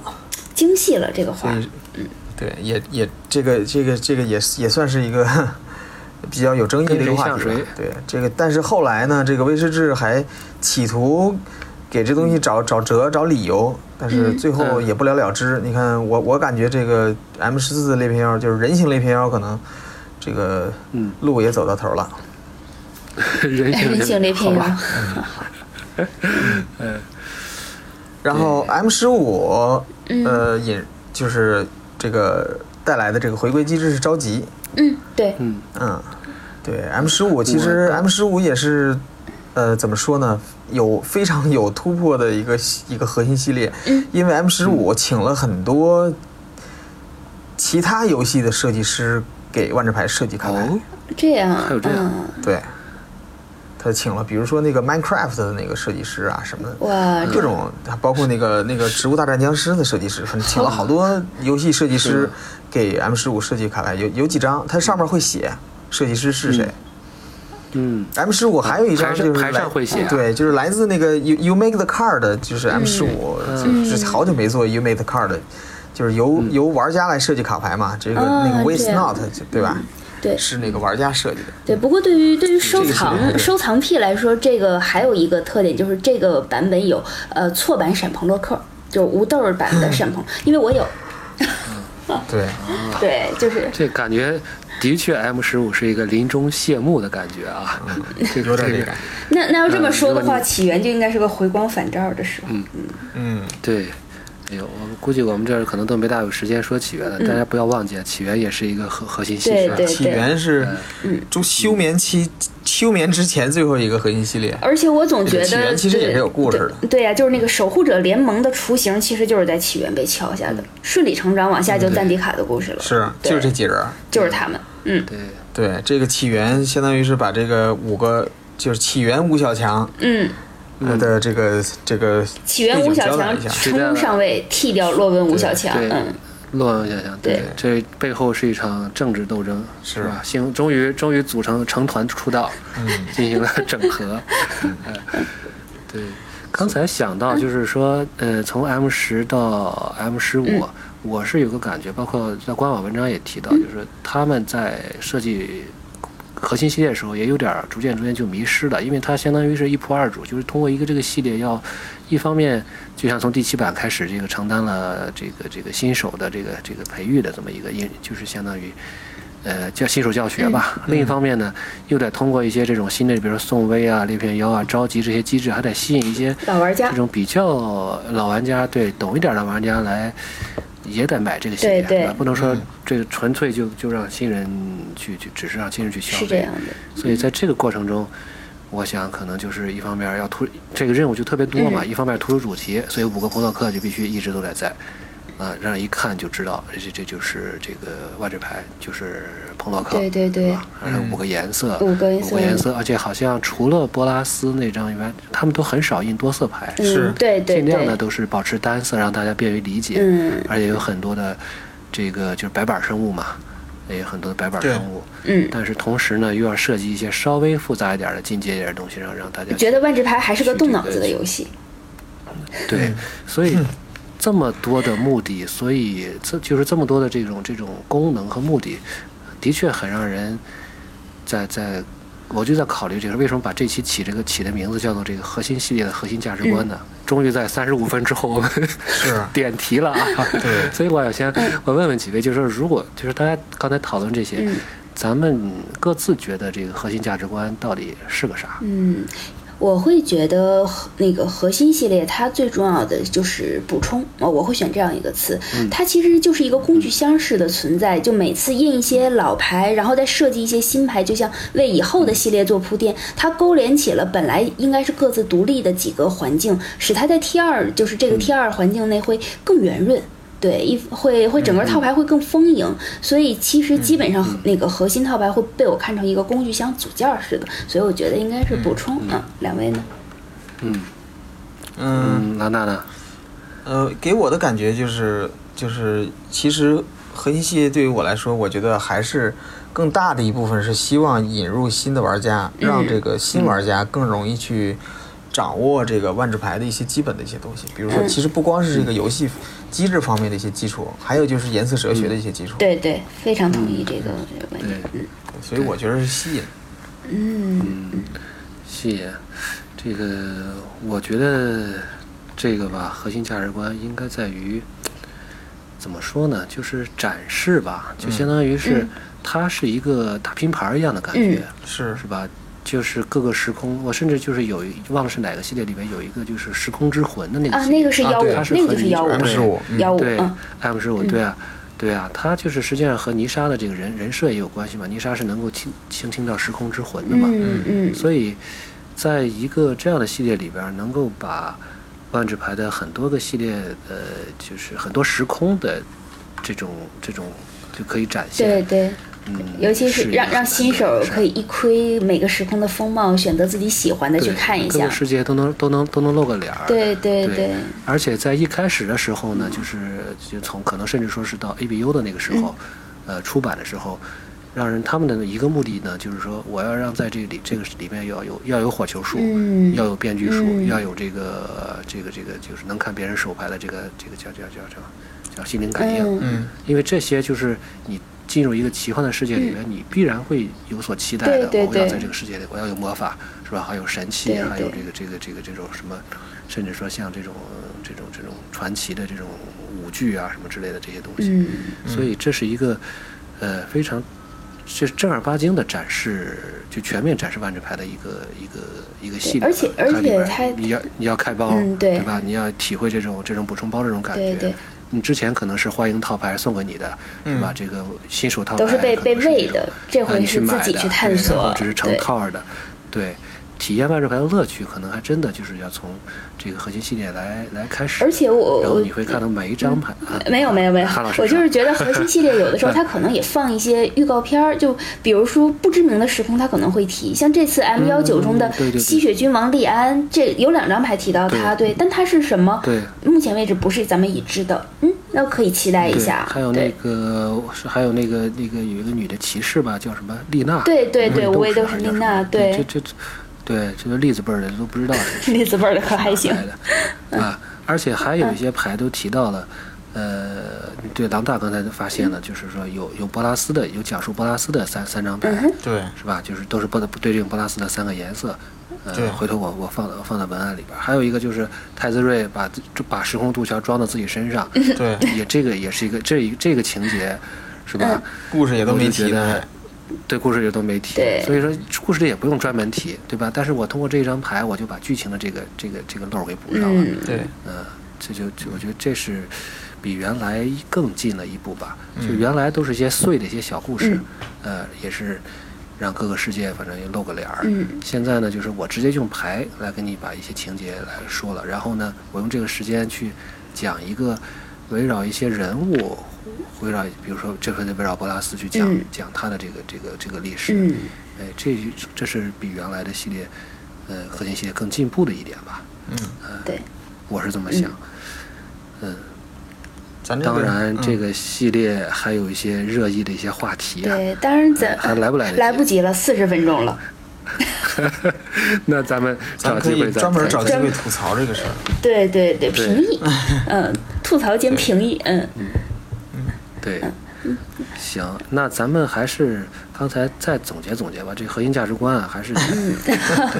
[SPEAKER 3] 精细了这个画
[SPEAKER 2] 所，以对也也这个这个这个也也算是一个比较有争议的一个话
[SPEAKER 1] 跟
[SPEAKER 2] 题
[SPEAKER 1] 谁
[SPEAKER 2] 吧
[SPEAKER 1] 像谁。
[SPEAKER 2] 对这个，但是后来呢，这个威士忌还企图给这东西找找辙、找理由，但是
[SPEAKER 3] 嗯
[SPEAKER 2] 最后
[SPEAKER 1] 嗯
[SPEAKER 2] 也不了了之。你看，我我感觉这个 M 十四的裂片妖就是人形裂片妖，可能这个
[SPEAKER 1] 嗯
[SPEAKER 2] 路也走到头了。
[SPEAKER 1] 人
[SPEAKER 3] 哎
[SPEAKER 1] 性
[SPEAKER 3] (laughs) 人性
[SPEAKER 1] 人
[SPEAKER 3] 裂
[SPEAKER 1] 好
[SPEAKER 3] 片
[SPEAKER 1] 吧
[SPEAKER 3] 妖，
[SPEAKER 2] 然后 M 十五，
[SPEAKER 3] 嗯
[SPEAKER 2] 呃，引就是这个带来的这个回归机制是着急，
[SPEAKER 3] 嗯，对，
[SPEAKER 1] 嗯，
[SPEAKER 2] 嗯，对，M 十五其实
[SPEAKER 1] 我
[SPEAKER 2] M 十五也是，呃，怎么说呢？有非常有突破的一个系一个核心系列，
[SPEAKER 1] 嗯
[SPEAKER 2] 因为 M 十五请了很多其他游戏的设计师给万智牌设计卡牌，
[SPEAKER 1] 哦，
[SPEAKER 3] 这样
[SPEAKER 1] 还有，这样
[SPEAKER 3] 嗯，
[SPEAKER 2] 对，他请了，比如说那个 Minecraft 的那个设计师啊什么的，
[SPEAKER 1] 嗯
[SPEAKER 3] 哇，
[SPEAKER 2] 各种，包括那个那个《植物大战僵尸》的设计师，很请了好多游戏设计师给 M 十五设计卡牌，有有几张，它上面会写设计师是谁。
[SPEAKER 1] 嗯，
[SPEAKER 2] M 十五还有一张
[SPEAKER 1] 牌上
[SPEAKER 2] 就是
[SPEAKER 1] 牌上
[SPEAKER 2] 来
[SPEAKER 1] 会写啊
[SPEAKER 2] 对，就是来自那个 You You Make the Card，就是
[SPEAKER 3] 嗯
[SPEAKER 2] M 十五，就是好久没做 You Make the Card，就是由由玩家来设计卡牌嘛，这个
[SPEAKER 3] 啊嗯
[SPEAKER 2] 那个 Waste
[SPEAKER 3] 这样
[SPEAKER 2] Not，对吧？
[SPEAKER 3] 对
[SPEAKER 2] 是那个玩家设计的，
[SPEAKER 3] 对。不过对于对于收
[SPEAKER 2] 这个是很
[SPEAKER 3] 藏
[SPEAKER 2] 好
[SPEAKER 3] 收藏癖来说，这个还有一个特点就是这个版本有呃错版闪朋洛克，就是无豆儿版的闪朋，因为我有，啊
[SPEAKER 2] 对，
[SPEAKER 3] 对，就是
[SPEAKER 1] 这感觉的确 M 十五是一个临终谢幕的感觉啊，这个
[SPEAKER 2] 嗯有点
[SPEAKER 1] 这
[SPEAKER 2] 这
[SPEAKER 1] 个
[SPEAKER 2] 个，
[SPEAKER 3] 那那要这么
[SPEAKER 1] 嗯
[SPEAKER 3] 说的
[SPEAKER 1] 如果
[SPEAKER 3] 话，
[SPEAKER 1] 你
[SPEAKER 3] 起源就应该是个回光返照的时候。
[SPEAKER 2] 嗯，
[SPEAKER 1] 对。哎呦，我们估计我们这儿可能都没大有时间说起源了，大家不要忘记，啊起源也是一个核核心系
[SPEAKER 3] 对
[SPEAKER 1] 列啊。
[SPEAKER 3] 嗯对
[SPEAKER 2] 起源是就休眠期休眠之前最后一个核心系列，
[SPEAKER 3] 而且我总觉得
[SPEAKER 2] 起源其实也是有故事的
[SPEAKER 3] 对对呀、就是那个守护者联盟的雏形，其实就是在起源被敲下的，顺理成章往下就赞迪卡的故事了。
[SPEAKER 2] 嗯是
[SPEAKER 3] 对
[SPEAKER 2] 就是这几人儿，
[SPEAKER 3] 就是他们。嗯
[SPEAKER 1] 对，
[SPEAKER 2] 对，这个起源相当于是把这个五个就是起源吴小强
[SPEAKER 3] 嗯，
[SPEAKER 2] 呃的这个这个
[SPEAKER 3] 起源吴小强
[SPEAKER 2] 背景交代一下
[SPEAKER 3] 冲上位，替掉洛温吴小强。
[SPEAKER 1] 对
[SPEAKER 3] 嗯，
[SPEAKER 1] 洛阳想想，
[SPEAKER 3] 对，
[SPEAKER 1] 这背后是一场政治斗争，
[SPEAKER 2] 是
[SPEAKER 1] 吧？行，终于终于组成成团出道， (laughs) 进行了整合。哎对，刚才想到就是说，呃，从 M 十到 M 十五，我是有个感觉，包括在官网文章也提到，就是他们在设计。核心系列的时候也有点儿逐渐逐渐就迷失了，因为它相当于是一仆二主，就是通过一个这个系列要，一方面就像从第七版开始，这个承担了这个这个新手的这个这个培育的这么一个因，就是相当于呃叫新手教学吧。另一方面呢，又得通过一些这种新的，比如说宋威啊、裂变妖啊、召集这些机制，还得吸引一些
[SPEAKER 3] 老玩家
[SPEAKER 1] 这。种比较老玩家，对懂一点的玩家来，也得买这个系列，
[SPEAKER 3] 对对
[SPEAKER 1] 吧不能说这个纯粹就就让新人去去，只是让新人去消费。
[SPEAKER 3] 是这样的，
[SPEAKER 1] 所以在这个过程中，我想可能就是一方面要突这个任务就特别多嘛，
[SPEAKER 3] 嗯
[SPEAKER 1] 一方面突出主题，所以五个工作课就必须一直都得在，啊、让人一看就知道这这就是这个万智牌就是彭洛克，
[SPEAKER 3] 对对对
[SPEAKER 1] 吧，然后五个颜色，
[SPEAKER 3] 五个颜色
[SPEAKER 1] 颜色，而且好像除了波拉斯那张以外，他们都很少印多色牌，
[SPEAKER 2] 是
[SPEAKER 3] 嗯，对对
[SPEAKER 1] 尽量
[SPEAKER 3] 对
[SPEAKER 1] 呢，都是保持单色，让大家便于理解。
[SPEAKER 3] 嗯
[SPEAKER 1] 而且有很多的这个就是白板生物嘛，也有很多的白板
[SPEAKER 2] 对
[SPEAKER 1] 生物。
[SPEAKER 3] 嗯，
[SPEAKER 1] 但是同时呢，又要设计一些稍微复杂一点的、进阶一点的东西，让让大家
[SPEAKER 3] 觉得万智牌还是个动脑子的游戏，
[SPEAKER 2] 嗯
[SPEAKER 1] 对，所以这么多的目的，所以这就是这么多的这种这种功能和目的，的确很让人在在，我就在考虑这个为什么把这期起这个起的名字叫做这个核心系列的核心价值观
[SPEAKER 3] 嗯
[SPEAKER 1] 呢？终于在三十五分之后，我们
[SPEAKER 2] 是
[SPEAKER 1] (laughs) 点题了啊！
[SPEAKER 2] 对
[SPEAKER 1] 所以我想先
[SPEAKER 3] 嗯
[SPEAKER 1] 我问问几位，就是说如果就是大家刚才讨论这些，
[SPEAKER 3] 嗯
[SPEAKER 1] 咱们各自觉得这个核心价值观到底是个啥？
[SPEAKER 3] 嗯，我会觉得核那个核心系列它最重要的就是补充，哦，我会选这样一个词，它其实就是一个工具箱式的存在，就每次印一些老牌，然后再设计一些新牌，就像为以后的系列做铺垫，它勾连起了本来应该是各自独立的几个环境，使它在 T 二就是这个 T 二环境内会更圆润。对，一会会整个套牌会更丰盈，
[SPEAKER 1] 嗯
[SPEAKER 3] 所以其实基本上那个核心套牌会被我看成一个工具箱组件儿似的，所以我觉得应该是补充。嗯，两位呢？
[SPEAKER 1] 嗯
[SPEAKER 2] 嗯
[SPEAKER 1] 嗯，娜娜呢？
[SPEAKER 2] 呃，给我的感觉就是就是，其实核心系列对于我来说，我觉得还是更大的一部分是希望引入新的玩家，
[SPEAKER 1] 嗯
[SPEAKER 2] 让这个新玩家更容易去掌握这个万智牌的一些基本的一些东西。比如说，
[SPEAKER 1] 嗯
[SPEAKER 2] 其实不光是这个游戏机制方面的一些基础，还有就是颜色哲学的一些基础。
[SPEAKER 1] 嗯
[SPEAKER 3] 对对，非常同意这个观点。
[SPEAKER 1] 对，
[SPEAKER 2] 所以我觉得是吸引。
[SPEAKER 3] 嗯
[SPEAKER 1] 谢谢。这个我觉得这个吧，核心价值观应该在于怎么说呢？就是展示吧，
[SPEAKER 3] 嗯
[SPEAKER 1] 就相当于是、它是一个大拼盘儿一样的感觉，
[SPEAKER 3] 嗯
[SPEAKER 2] 是
[SPEAKER 1] 是吧？就是各个时空，我甚至就是有一忘了是哪个系列里面有一个就是时空之魂的那个
[SPEAKER 3] 啊，
[SPEAKER 1] 系列
[SPEAKER 3] 那个是
[SPEAKER 2] 啊
[SPEAKER 3] 幺五、
[SPEAKER 2] 对它
[SPEAKER 1] 是
[SPEAKER 3] 那个
[SPEAKER 1] 和
[SPEAKER 3] 就是
[SPEAKER 1] 你
[SPEAKER 3] 幺五
[SPEAKER 1] 是
[SPEAKER 2] 15嗯
[SPEAKER 3] 幺五
[SPEAKER 1] 对
[SPEAKER 3] 嗯，
[SPEAKER 1] ，M 十五，对啊，对啊，它就是实际上和泥沙的这个人人设也有关系嘛。泥沙是能够倾倾听到时空之魂的嘛，
[SPEAKER 3] 嗯嗯
[SPEAKER 1] 所以，在一个这样的系列里边儿，能够把万智牌的很多个系列，呃，就是很多时空的这种这种就可以展
[SPEAKER 3] 对
[SPEAKER 1] 现。
[SPEAKER 3] 对。
[SPEAKER 1] 嗯，
[SPEAKER 3] 尤其是
[SPEAKER 1] 一
[SPEAKER 3] 让
[SPEAKER 1] 个
[SPEAKER 3] 让
[SPEAKER 1] 很
[SPEAKER 3] 新
[SPEAKER 1] 难得
[SPEAKER 3] 手
[SPEAKER 1] 的事
[SPEAKER 3] 可以一窥每个时空的风貌，选择自己喜欢的去
[SPEAKER 1] 对
[SPEAKER 3] 看一
[SPEAKER 1] 各
[SPEAKER 3] 下
[SPEAKER 1] 个。世界都能都能都能露个脸儿。
[SPEAKER 3] 对对
[SPEAKER 1] 对
[SPEAKER 3] 对
[SPEAKER 1] 而且在一开始的时候呢，就是就从可能甚至说是到 ABU 的那个时
[SPEAKER 3] 嗯
[SPEAKER 1] 候，呃，出版的时候，让人他们的一个目的呢，就是说我要让在这里这个里面要有要有火球术，
[SPEAKER 3] 嗯
[SPEAKER 1] 要有变巨术，
[SPEAKER 3] 嗯
[SPEAKER 1] 要有这个这个这个就是能看别人手牌的这个这个叫叫叫叫叫心灵感应，
[SPEAKER 3] 嗯
[SPEAKER 2] 嗯，
[SPEAKER 1] 因为这些就是你进入一个奇幻的世界里面，你必然会有所期待的。
[SPEAKER 3] 嗯对对
[SPEAKER 1] 我要
[SPEAKER 3] 对
[SPEAKER 1] 在这个世界里，我要有魔法，是吧？还有神器，啊
[SPEAKER 3] 对
[SPEAKER 1] 还有
[SPEAKER 3] 对
[SPEAKER 1] 这个这个这个这种什么，甚至说像这种呃这种这种传奇的这种舞剧啊什么之类的这些东西。
[SPEAKER 3] 嗯
[SPEAKER 1] 所以这是一个呃非常就是正儿八经的展示，就全面展示万智牌的一个一个一个系列吧。
[SPEAKER 3] 而且而
[SPEAKER 1] 它里边
[SPEAKER 3] 且它
[SPEAKER 1] 你要你要开包，
[SPEAKER 3] 嗯对
[SPEAKER 1] 吧？你要体会这种这种补充包这种感觉。
[SPEAKER 3] 对对
[SPEAKER 1] 你之前可能是欢迎套牌送给你的，是吧？这个新手套牌
[SPEAKER 3] 都是被
[SPEAKER 1] 可能
[SPEAKER 3] 被喂
[SPEAKER 1] 那
[SPEAKER 3] 的
[SPEAKER 1] 种
[SPEAKER 3] 这
[SPEAKER 1] 啊
[SPEAKER 3] 回
[SPEAKER 1] 你
[SPEAKER 3] 是
[SPEAKER 1] 去买
[SPEAKER 3] 自己
[SPEAKER 1] 的
[SPEAKER 3] 去探
[SPEAKER 1] 对
[SPEAKER 3] 索
[SPEAKER 1] 然后只是成
[SPEAKER 3] 对
[SPEAKER 1] 套儿的，对。体验万智牌的乐趣，可能还真的就是要从这个核心系列来来开始。
[SPEAKER 3] 而且我
[SPEAKER 1] 然后你会看到每一张牌，啊
[SPEAKER 3] 没有没有没有
[SPEAKER 1] 韩老，师
[SPEAKER 3] 我就
[SPEAKER 1] 说
[SPEAKER 3] 是觉得核心系列有
[SPEAKER 1] (laughs)
[SPEAKER 3] 的时候它可能也放一些预告片儿，就比如说不知名的时空它可能会提，像这次 M 幺九中的
[SPEAKER 1] 嗯对对对
[SPEAKER 3] 吸血君王利安，这有两张牌提到他，对，但他是什么？
[SPEAKER 1] 对
[SPEAKER 3] 目前为止不是咱们已知的，嗯，那可以期待一
[SPEAKER 1] 对，
[SPEAKER 3] 下。
[SPEAKER 1] 还有那
[SPEAKER 3] 对
[SPEAKER 1] 个是还有那个那个有一个女的骑士吧，叫什么丽娜？
[SPEAKER 3] 对对对
[SPEAKER 1] 无
[SPEAKER 3] 无
[SPEAKER 1] 畏
[SPEAKER 3] 畏
[SPEAKER 1] 斗
[SPEAKER 3] 斗
[SPEAKER 1] 士
[SPEAKER 3] 士
[SPEAKER 1] 还是叫
[SPEAKER 3] 丽
[SPEAKER 1] 什么
[SPEAKER 3] 娜对
[SPEAKER 1] 这这对这个栗子辈儿的都不知道是
[SPEAKER 3] 那字辈儿的 (laughs) 可还行
[SPEAKER 1] (laughs)
[SPEAKER 3] 嗯
[SPEAKER 1] 哪，来的啊，而且还有一些牌都提到了。呃，对，狼大刚才发现
[SPEAKER 3] 嗯
[SPEAKER 1] 了，就是说有有波拉斯的，有讲述波拉斯的三三张牌，
[SPEAKER 3] 嗯
[SPEAKER 2] 对，
[SPEAKER 1] 是吧？就是都是波的对应波拉斯的三个颜色。
[SPEAKER 2] 对
[SPEAKER 1] 呃，回头我我放到放到文案里边儿。还有一个就是太子睿把把时空渡桥装到自己身
[SPEAKER 3] 嗯
[SPEAKER 1] 上，
[SPEAKER 2] 对，
[SPEAKER 1] (laughs) 也这个也是一个这一这个情节，是
[SPEAKER 3] 嗯
[SPEAKER 1] 吧？
[SPEAKER 2] 故事也都没提
[SPEAKER 1] 我就觉
[SPEAKER 2] 呢
[SPEAKER 1] 得。对故事也都没提
[SPEAKER 3] 对，
[SPEAKER 1] 所以说故事里也不用专门提，对吧？但是我通过这张牌，我就把剧情的这个这个这个漏儿给补上了。
[SPEAKER 3] 嗯，
[SPEAKER 2] 对，
[SPEAKER 1] 嗯，这就就我觉得这是比原来
[SPEAKER 3] 嗯
[SPEAKER 1] 更进了一步吧。就原来都是一些碎的一些小故事，呃，也是让各个世界反正也露个脸儿。
[SPEAKER 3] 嗯
[SPEAKER 1] 现在呢，就是我直接用牌来跟你把一些情节来说了，然后呢，我用这个时间去讲一个围绕一些人物，围绕比如说这回就围绕波拉斯去讲、
[SPEAKER 3] 嗯
[SPEAKER 1] 讲他的这个这个这个历史。
[SPEAKER 3] 嗯
[SPEAKER 1] 哎，这这是比原来的系列，呃，核心系列更进步的一点吧，
[SPEAKER 2] 嗯，
[SPEAKER 3] 对，
[SPEAKER 1] 我是这么想。嗯，
[SPEAKER 2] 咱这个
[SPEAKER 1] 当然
[SPEAKER 2] 嗯
[SPEAKER 1] 这个系列还有一些热议的一些话题啊，
[SPEAKER 3] 对，当然咱
[SPEAKER 1] 还来不来得及
[SPEAKER 3] 来不及了，四十分钟了。
[SPEAKER 1] (laughs) 那咱们找
[SPEAKER 2] 咱可
[SPEAKER 1] 机会
[SPEAKER 2] 以
[SPEAKER 1] 再
[SPEAKER 2] 专门
[SPEAKER 1] 再
[SPEAKER 2] 找
[SPEAKER 1] 再
[SPEAKER 2] 机会吐槽这个事儿。
[SPEAKER 3] 对对
[SPEAKER 1] 对
[SPEAKER 3] 对，评
[SPEAKER 1] (laughs)
[SPEAKER 3] 议，嗯，吐槽兼评议，嗯，
[SPEAKER 1] 对，行，那咱们还是刚才再总结总结吧，这核心价值观啊，还
[SPEAKER 3] (laughs)
[SPEAKER 1] 是得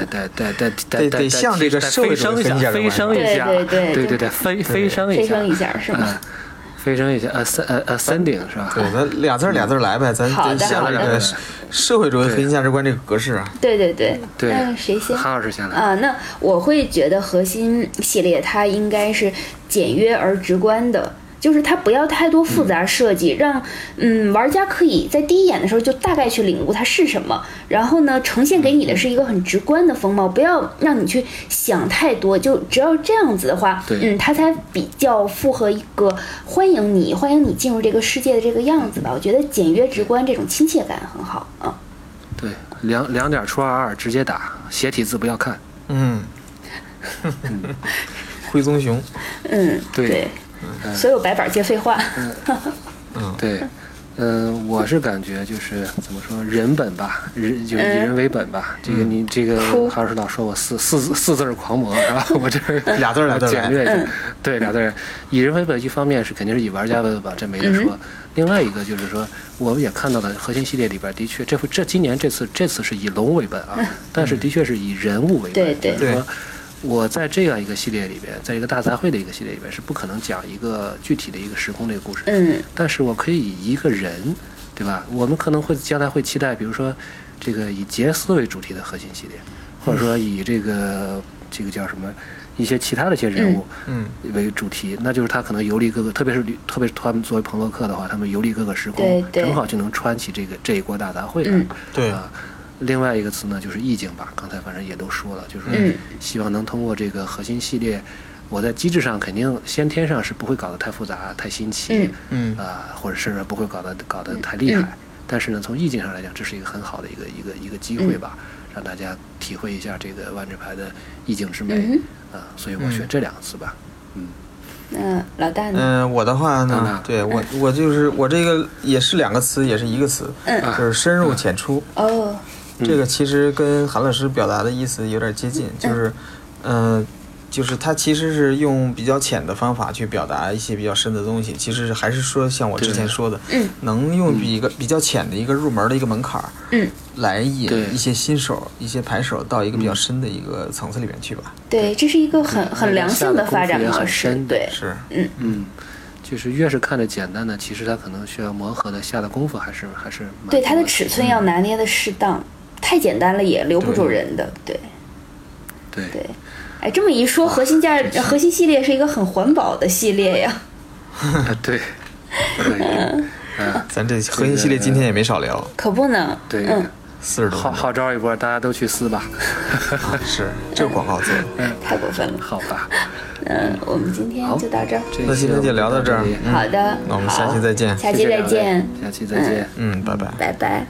[SPEAKER 1] 得得得
[SPEAKER 2] 得
[SPEAKER 1] 得
[SPEAKER 2] 得向这个
[SPEAKER 1] 得
[SPEAKER 2] 社会
[SPEAKER 1] 飞
[SPEAKER 2] 中
[SPEAKER 1] 升
[SPEAKER 2] 的
[SPEAKER 1] 一下
[SPEAKER 2] 核心价，值
[SPEAKER 1] 飞
[SPEAKER 2] 观
[SPEAKER 1] 升一下，
[SPEAKER 3] 对对对
[SPEAKER 1] 对
[SPEAKER 3] 对
[SPEAKER 1] 对，嗯飞飞升
[SPEAKER 3] (laughs)
[SPEAKER 1] 一
[SPEAKER 3] 飞
[SPEAKER 1] 下
[SPEAKER 3] 升，一下是吗？
[SPEAKER 1] 飞升一下，呃三呃呃三顶是吧？
[SPEAKER 2] 对，咱俩字儿俩字儿来呗，咱
[SPEAKER 3] 好的
[SPEAKER 2] 咱想
[SPEAKER 3] 好
[SPEAKER 2] 想
[SPEAKER 3] 的
[SPEAKER 2] 这个社会主义核心价值观这个格式啊。
[SPEAKER 3] 对对对，
[SPEAKER 1] 对
[SPEAKER 3] 那呃谁先？
[SPEAKER 1] 哈老师先来，
[SPEAKER 3] 啊，那我会觉得核心系列它应该是简约而直观的，就是它不要太多复杂设计，让嗯玩家可以在第一眼的时候就大概去领悟它是什么，然后呢呈现给你的是一个很直观的风貌，不要让你去想太多，就只要这样子的话，
[SPEAKER 1] 对
[SPEAKER 3] 嗯，它才比较符合一个欢迎你欢迎你进入这个世界的这个样子吧。我觉得简约直观这种亲切感很好啊。
[SPEAKER 1] 对，两两点除二二直接打，斜体字不要看，
[SPEAKER 2] (laughs) 嗯，灰棕熊，
[SPEAKER 3] 嗯，
[SPEAKER 1] 对
[SPEAKER 3] 对，所有白板皆废话。
[SPEAKER 1] 对。嗯，我是感觉就是怎么说，人本吧，人就是以
[SPEAKER 3] 嗯
[SPEAKER 1] 人为本吧。这个
[SPEAKER 2] 嗯
[SPEAKER 1] 你这个
[SPEAKER 3] 哭
[SPEAKER 1] 哈老师老说我四四字四字儿狂魔是吧？ (laughs) 我这
[SPEAKER 2] (laughs) 俩字儿俩字儿
[SPEAKER 1] 简
[SPEAKER 2] 来。
[SPEAKER 1] 略一
[SPEAKER 3] 嗯
[SPEAKER 1] 下， (laughs) 对，俩字儿以人为本，一方面是肯定是以玩家为本，这没得
[SPEAKER 3] 嗯
[SPEAKER 1] 说。另外一个就是说，我们也看到了核心系列里边的确，这这今年这次这次是以龙为本啊，但是的确是以人物为本。
[SPEAKER 3] 嗯对对
[SPEAKER 1] 就是说我在这样一个系列里边，在一个大杂烩的一个系列里边，是不可能讲一个具体的一个时空的一个故事。
[SPEAKER 3] 嗯
[SPEAKER 1] 但是我可以以一个人，对吧？我们可能会将来会期待，比如说这个以杰斯为主题的核心系列，或者
[SPEAKER 3] 嗯
[SPEAKER 1] 说以这个这个叫什么一些其他的一些人物
[SPEAKER 2] 嗯
[SPEAKER 1] 为主题，那就是他可能游历各个，特别是旅特别是他们作为朋洛克的话，他们游历各个时
[SPEAKER 3] 对
[SPEAKER 1] 空，
[SPEAKER 3] 对
[SPEAKER 1] 正好就能穿起这个这一锅大杂烩来。
[SPEAKER 3] 嗯
[SPEAKER 2] 对
[SPEAKER 1] 啊另外一个词呢，就是意境吧。刚才反正也都说了，就是
[SPEAKER 3] 嗯
[SPEAKER 1] 希望能通过这个核心系列，我在机制上肯定先天上是不会搞得太复杂、太新奇，
[SPEAKER 2] 嗯
[SPEAKER 1] 啊、或者甚至不会搞得搞得太厉
[SPEAKER 3] 嗯
[SPEAKER 1] 害。但是呢，从意境上来讲，这是一个很好的一个一个一个机
[SPEAKER 3] 嗯
[SPEAKER 1] 会吧，让大家体会一下这个万智牌的意境之美
[SPEAKER 3] 嗯
[SPEAKER 1] 啊、所以我选这两个词
[SPEAKER 3] (laughs)
[SPEAKER 1] 吧。嗯，
[SPEAKER 3] 嗯，老大呢？
[SPEAKER 2] 嗯，我的话
[SPEAKER 1] 当
[SPEAKER 2] 呢
[SPEAKER 1] 然，
[SPEAKER 2] 对我我就是我这个也是两个词，也是一个词，
[SPEAKER 3] 嗯
[SPEAKER 1] 啊
[SPEAKER 2] 就是深入浅出。
[SPEAKER 3] 哦，
[SPEAKER 2] 这个其实跟韩老师表达的意思有点接近，就是，嗯，就是他其实是用比较浅的方法去表达一些比较深的东西，其实是还是说像我之前
[SPEAKER 1] 对
[SPEAKER 2] 说的，
[SPEAKER 3] 嗯
[SPEAKER 2] 能用比一个比较浅的一个入门的一个门槛儿，
[SPEAKER 3] 嗯，
[SPEAKER 2] 来引
[SPEAKER 1] 对
[SPEAKER 2] 一些新手、一些牌手到一个比较
[SPEAKER 3] 嗯
[SPEAKER 2] 深的一个层次里面去吧。
[SPEAKER 3] 对，这是一个很很良性的发展模
[SPEAKER 1] 下的功夫也
[SPEAKER 3] 式
[SPEAKER 1] 很，深
[SPEAKER 3] 对，
[SPEAKER 2] 是，
[SPEAKER 1] 嗯，就是越是看着简单的，其实它可能需要磨合的下的功夫还是还是蛮
[SPEAKER 3] 对它的
[SPEAKER 1] 多
[SPEAKER 3] 尺寸要拿捏的适当，太简单了也留不住人的，对
[SPEAKER 1] 对
[SPEAKER 2] (laughs)
[SPEAKER 3] 对。哎，这么一说，核心价核心系列是一个很环保的系列呀。
[SPEAKER 1] 啊对，可以，嗯，
[SPEAKER 2] 咱这核心系列今天也没少聊，
[SPEAKER 3] 可不呢，
[SPEAKER 1] 对，
[SPEAKER 3] 嗯，
[SPEAKER 2] 四十多
[SPEAKER 1] 号
[SPEAKER 2] 分钟，
[SPEAKER 1] 号召一波，大家都去撕吧，
[SPEAKER 2] 是这广告做的。
[SPEAKER 3] 太过分了。
[SPEAKER 1] 好吧，
[SPEAKER 3] 嗯，我们今天
[SPEAKER 1] 好
[SPEAKER 3] 就到这儿。
[SPEAKER 1] 这
[SPEAKER 2] 那今天就聊到这儿
[SPEAKER 1] 里
[SPEAKER 2] 嗯
[SPEAKER 3] 好的，
[SPEAKER 2] 那我们下
[SPEAKER 3] 好
[SPEAKER 2] 期再见，
[SPEAKER 3] 下
[SPEAKER 1] 谢
[SPEAKER 3] 期
[SPEAKER 1] 谢
[SPEAKER 3] 再
[SPEAKER 1] 两位
[SPEAKER 3] 见，
[SPEAKER 1] 下期再见。
[SPEAKER 2] 嗯，拜拜。
[SPEAKER 3] 拜拜。